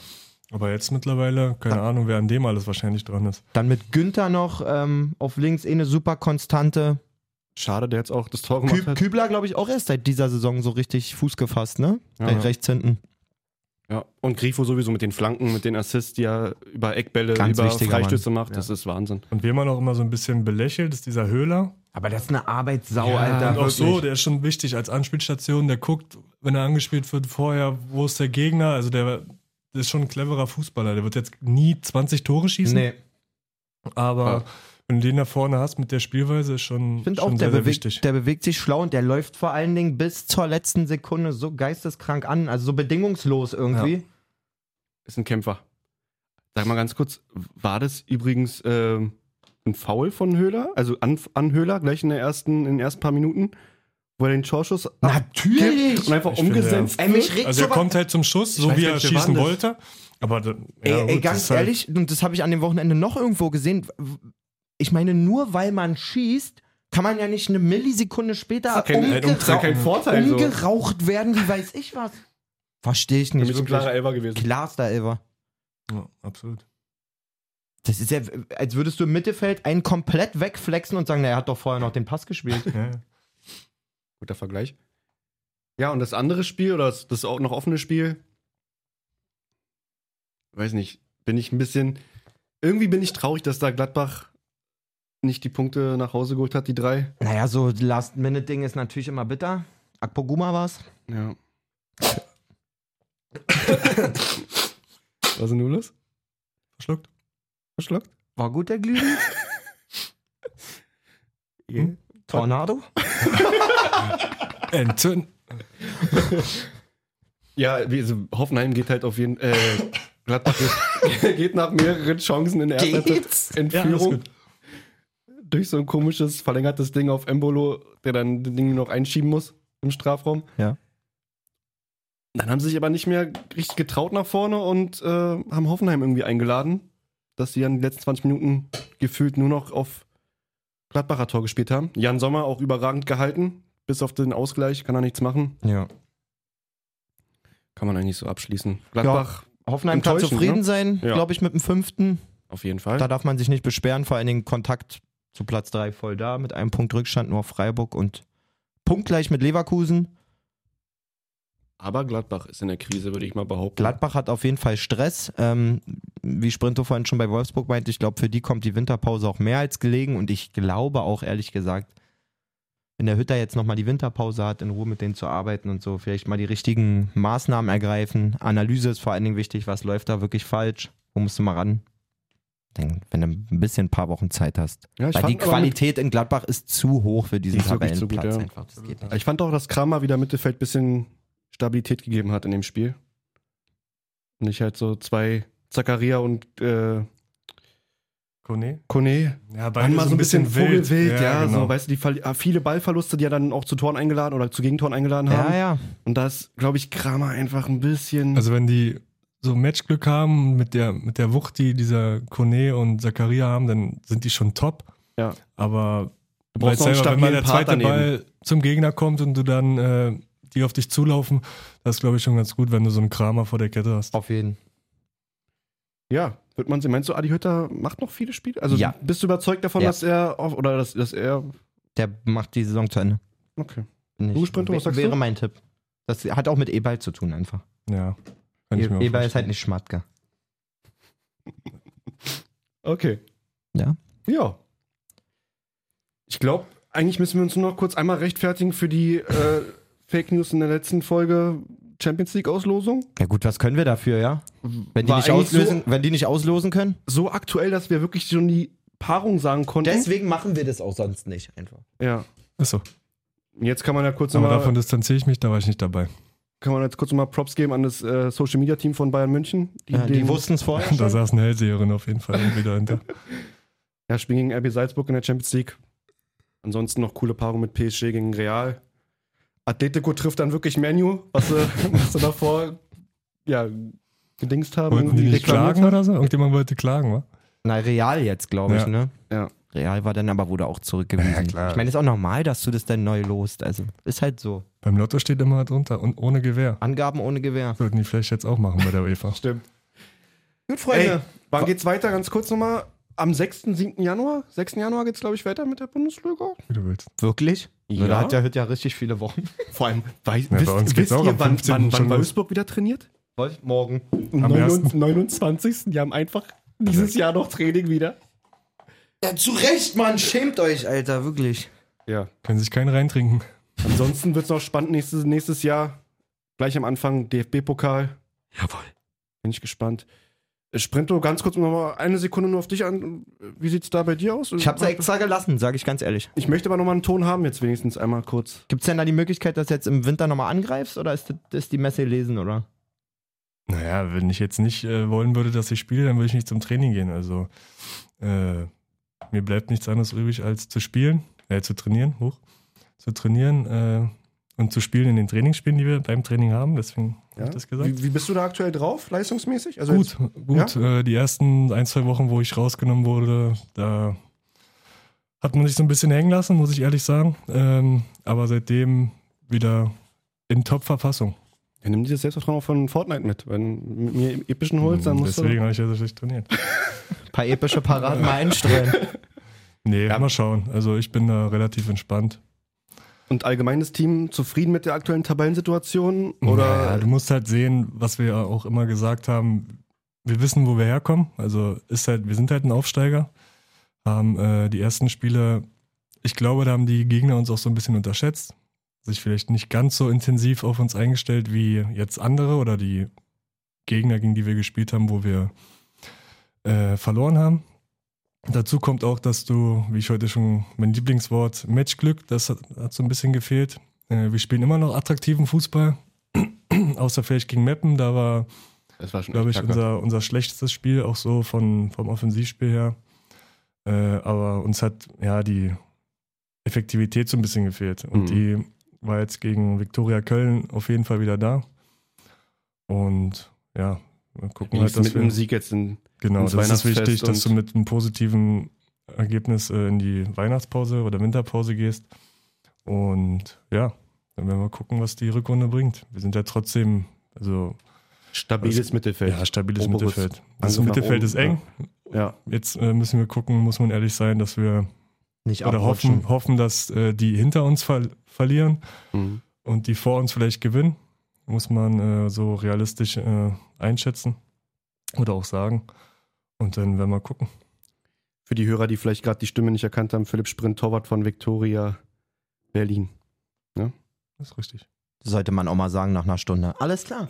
Aber jetzt mittlerweile, keine Ahnung, wer an dem alles wahrscheinlich dran ist. Dann mit Günther noch ähm, auf links eh eine super konstante. Schade, der jetzt auch das Tor gemacht Kü hat. Kübler, glaube ich, auch erst seit dieser Saison so richtig Fuß gefasst, ne? Ja, Re- ja. Rechts hinten. Ja. Und Grifo sowieso mit den Flanken, mit den Assists, die er über Eckbälle, Ganz über wichtiger Freistöße macht. Ja. Das ist Wahnsinn. Und wen man auch immer so ein bisschen belächelt, ist dieser Höhler. Aber das ist eine Arbeitssau, und auch so, der ist schon wichtig als Anspielstation, der guckt, wenn er angespielt wird, vorher, wo ist der Gegner? Also der, der ist schon ein cleverer Fußballer. Der wird jetzt nie 20 Tore schießen, nee. aber wenn du den da vorne hast mit der Spielweise, ist schon, Ich finde schon auch, der, sehr, sehr wichtig. bewegt, der bewegt sich schlau und der läuft vor allen Dingen bis zur letzten Sekunde so geisteskrank an, also so bedingungslos irgendwie. Ist ein Kämpfer. Sag mal ganz kurz, war das übrigens ähm, ein Foul von Höhler? Also an, an Höhler gleich in, der ersten, in den ersten paar Minuten, wo er den Torschuss Natürlich! abgibt und einfach Ich finde, umgesetzt Ey, mich wird? regt Also er sowas- kommt halt zum Schuss, so weiß wie gar er nicht, wer schießen war denn wollte. Aber da, Ey, ja, ey gut, das ganz ist halt- ehrlich, und das habe ich an dem Wochenende noch irgendwo gesehen. Ich meine, nur weil man schießt, kann man ja nicht eine Millisekunde später kein- umgerau- halt um- ist ja kein Vorteil, also- so. umgeraucht werden, wie weiß ich was. Verstehe ich Für nicht. mich ein wirklich. klarer Elfer gewesen. Klarster Elfer. Ja, absolut. Das ist ja, als würdest du im Mittelfeld einen komplett wegflexen und sagen, naja, er hat doch vorher noch den Pass gespielt. Ja, ja. Guter Vergleich. Ja, und das andere Spiel oder das, das auch noch offene Spiel, weiß nicht, bin ich ein bisschen, irgendwie bin ich traurig, dass da Gladbach nicht die Punkte nach Hause geholt hat, die drei. naja, so Last-Minute-Ding ist natürlich immer bitter. Akpoguma war's. Ja. Was ist denn nun los? Verschluckt. Verschluckt? War gut, der Glühwein? Hm? Tornado? Entzünd. Ja, wie, also Hoffenheim geht halt auf jeden Fall. Äh, Gladbach geht, geht nach mehreren Chancen in der ersten Geht's? Halbzeit in Ja, alles Führung. durch so ein komisches, verlängertes Ding auf Embolo, der dann das Ding noch einschieben muss im Strafraum. Ja. Dann haben sie sich aber nicht mehr richtig getraut nach vorne und äh, haben Hoffenheim irgendwie eingeladen, dass sie dann die letzten 20 Minuten gefühlt nur noch auf Gladbacher Tor gespielt haben. Jan Sommer auch überragend gehalten, bis auf den Ausgleich, kann er nichts machen. Ja. Kann man eigentlich so abschließen. Gladbach, Hoffenheim kann Enttäuschend, zufrieden ne? sein, Ja. glaube ich, mit dem fünften. auf jeden Fall. Da darf man sich nicht beschweren, vor allen Dingen Kontakt zu Platz 3 voll da, mit einem Punkt Rückstand nur auf Freiburg und punktgleich mit Leverkusen. Aber Gladbach ist in der Krise, würde ich mal behaupten. Gladbach hat auf jeden Fall Stress. Ähm, wie Sprinto vorhin schon bei Wolfsburg meinte, ich glaube, für die kommt die Winterpause auch mehr als gelegen und ich glaube auch ehrlich gesagt, wenn der Hütter jetzt nochmal die Winterpause hat, in Ruhe mit denen zu arbeiten und so, vielleicht mal die richtigen Maßnahmen ergreifen. Analyse ist vor allen Dingen wichtig, was läuft da wirklich falsch, wo musst du mal ran? Dann, Wenn du ein bisschen ein paar Wochen Zeit hast. Ja, ich Weil die fand aber mit- Qualität in Gladbach ist zu hoch für diesen Die ist wirklich zu gut, Tabellenplatz ja. einfach. Das geht nicht. Ich fand auch, dass Kramer wieder Mittelfeld ein bisschen Stabilität gegeben hat in dem Spiel. Nicht halt so zwei Zakaria und äh, Kone? Kone. Ja, beide Waren mal so ein bisschen, vogelwild, ja. genau. so, weißt du, die Verli- ah, viele Ballverluste, die er dann auch zu Toren eingeladen oder zu Gegentoren eingeladen haben. Ja, ja. Und da ist, glaube ich, Kramer einfach ein bisschen. Also wenn die so Matchglück haben mit der, mit der Wucht, die dieser Kone und Zakaria haben, dann sind die schon top. Ja. Aber Du brauchst weißt noch einen selber, wenn mal der stabilen Part zweite daneben. Ball zum Gegner kommt und du dann äh, die auf dich zulaufen, das ist glaube ich schon ganz gut, wenn du so einen Kramer vor der Kette hast. Auf jeden. Ja, wird man sehen. Meinst du, Adi Hütter macht noch viele Spiele? Also Ja. bist du überzeugt davon, Ja. dass er auf, oder dass, dass er. Der macht die Saison zu Ende. Okay. Bin ich- Du, Sprinto, was sagst Wäre du? mein Tipp. Das hat auch mit Ebal zu tun einfach. Ja. Kann ich mir auch Ebal ist halt vorstellen. nicht Schmatke. Okay. Ja. Ja. Ich glaube, eigentlich müssen wir uns nur noch kurz einmal rechtfertigen für die äh, Fake News in der letzten Folge Champions League Auslosung. Ja gut, was können wir dafür, ja? Wenn die, War nicht eigentlich auslösen, wenn die nicht auslosen können? So aktuell, dass wir wirklich schon die Paarung sagen konnten. machen wir das auch sonst nicht einfach. ja. Ist so. Jetzt kann man ja kurz Aber davon nochmal distanziere ich mich, da war ich nicht dabei. kann man jetzt kurz noch mal Props geben an das äh, Social Media Team von Bayern München. Ja, die den- wussten es vorher. Da schon. saß eine Hellseherin auf jeden Fall wieder hinter. Ja, spielen gegen RB Salzburg in der Champions League. Ansonsten noch coole Paarung mit PSG gegen Real. Atletico trifft dann wirklich Menu, was sie, was sie davor ja, gedingst haben. Wollten die irgendwie nicht reklamiert klagen oder so? Irgendjemand wollte klagen, wa? Na, Real jetzt, glaube ich, Ja. ne? Ja. Real war dann aber wurde auch zurückgewiesen. Ja, klar. Ich meine, ist auch normal, dass du das dann neu lost. Also, ist halt so. Beim Lotto steht immer drunter und ohne Gewehr. Angaben ohne Gewehr. Würden die vielleicht jetzt auch machen bei der UEFA. Stimmt. Gut, Freunde. Ey, wann geht's weiter? Ganz kurz nochmal. Am 6., 7. Januar? 6. Januar geht's, glaube ich, weiter mit der Bundesliga. Wie du willst. Wirklich? Ja. Da hat der Hütt ja richtig viele Wochen. Vor allem, weil, Ja, bei uns geht's auch am 15. schon los. wieder trainiert? Wolf, morgen. Am 1.. 29. Die haben einfach dieses Jahr noch Training wieder. Ja, zu Recht, Mann. Schämt euch, Alter, wirklich. Ja. Können sich keinen reintrinken. Ansonsten wird's noch spannend nächstes, nächstes Jahr. Gleich am Anfang DFB-Pokal. Jawohl. Bin ich gespannt. Äh, Sprinto, ganz kurz nochmal eine Sekunde nur auf dich an. Wie sieht's da bei dir aus? Ich hab's ja extra gelassen, sage ich ganz ehrlich. Ich möchte aber nochmal einen Ton haben, jetzt wenigstens einmal kurz. Gibt's denn da die Möglichkeit, dass du jetzt im Winter nochmal angreifst oder ist, das- ist die Messe lesen, oder? Naja, wenn ich jetzt nicht äh, wollen würde, dass ich spiele, dann würde ich nicht zum Training gehen. Also äh, mir bleibt nichts anderes übrig, als zu spielen, äh, zu trainieren, hoch, zu trainieren äh, und zu spielen in den Trainingsspielen, die wir beim Training haben. Deswegen habe Ja? ich das gesagt. Wie, wie bist du da aktuell drauf, leistungsmäßig? Also gut, jetzt- gut. Ja? Äh, die ersten ein, zwei Wochen, wo ich rausgenommen wurde, da hat man sich so ein bisschen hängen lassen, muss ich ehrlich sagen. Ähm, aber seitdem wieder in Top-Verfassung. Ja, nimm dir das Selbstvertrauen auch von Fortnite mit. Wenn du mit mir epischen holst, dann musst Hm, Deswegen du. habe ich ja so schlecht trainiert. Ein paar epische Paraden mal einstreuen. Nee, mal schauen. Also ich bin da relativ entspannt. Und allgemein das Team zufrieden mit der aktuellen Tabellensituation? Oder Naja, du musst halt sehen, was wir auch immer gesagt haben. Wir wissen, wo wir herkommen. Also ist halt, wir sind halt ein Aufsteiger. Haben äh, die ersten Spiele, ich glaube, da haben die Gegner uns auch so ein bisschen unterschätzt. Sich vielleicht nicht ganz so intensiv auf uns eingestellt wie jetzt andere oder die Gegner, gegen die wir gespielt haben, wo wir äh, verloren haben. Dazu kommt auch, dass du, wie ich heute schon, mein Lieblingswort, Matchglück, das hat, hat so ein bisschen gefehlt. Äh, wir spielen immer noch attraktiven Fußball, außer vielleicht gegen Meppen, da war, Das war schon glaube echt ich, kacke. unser, unser schlechtestes Spiel, auch so von, vom Offensivspiel her. Äh, aber uns hat ja die Effektivität so ein bisschen gefehlt. Und Mhm. die war jetzt gegen Viktoria Köln auf jeden Fall wieder da. Und ja, wir gucken Gehst halt, du dass mit wir, einem Sieg jetzt in, Genau, ins das ist Weihnachtsfest wichtig, dass und- du mit einem positiven Ergebnis äh, in die Weihnachtspause oder Winterpause gehst. Und ja, dann werden wir gucken, was die Rückrunde bringt. Wir sind ja trotzdem, also. Stabiles Mittelfeld. Ja, stabiles Oberes Mittelfeld. Angriff Das nach Mittelfeld oben, ist eng. Ja. Jetzt äh, müssen wir gucken, muss man ehrlich sein, dass wir Nicht oder abrutschen. hoffen, hoffen, dass äh, die hinter uns ver verlieren Mhm. und die vor uns vielleicht gewinnen. Muss man äh, so realistisch äh, einschätzen oder auch sagen. Und dann werden wir gucken. für die Hörer, die vielleicht gerade die Stimme nicht erkannt haben, Philipp Sprint, Torwart von Viktoria Berlin. Das ist richtig. Sollte man auch mal sagen nach einer Stunde. Alles klar.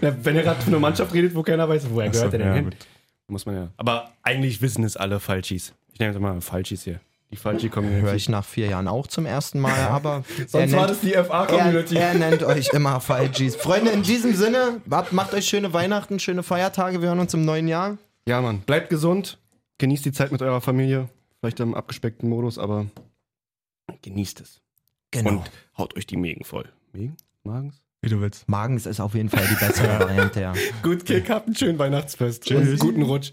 Na, wenn er gerade von einer Mannschaft redet, wo keiner weiß, woher Ach so, gehört er denn ja, hin? gut. Muss man ja. Aber eigentlich wissen es alle Falschis. Ich nenne es mal Falschis hier. Die Höre Falschi-Community. ich nach vier Jahren auch zum ersten Mal, aber. Sonst er war nennt- das die FA-Community. er, er nennt euch immer Falschis. Freunde, in diesem Sinne, habt- macht euch schöne Weihnachten, schöne Feiertage. Wir hören uns im neuen Jahr. Ja, Mann. Bleibt gesund. Genießt die Zeit mit eurer Familie. Vielleicht im abgespeckten Modus, aber genießt es. Genau. Und haut euch die Mägen voll. Mägen? Magens? Wie du willst. Magens ist auf jeden Fall die bessere Variante, ja. Gut, Kick. Habt einen schönen Weihnachtsfest. Tschüss. Und guten Rutsch.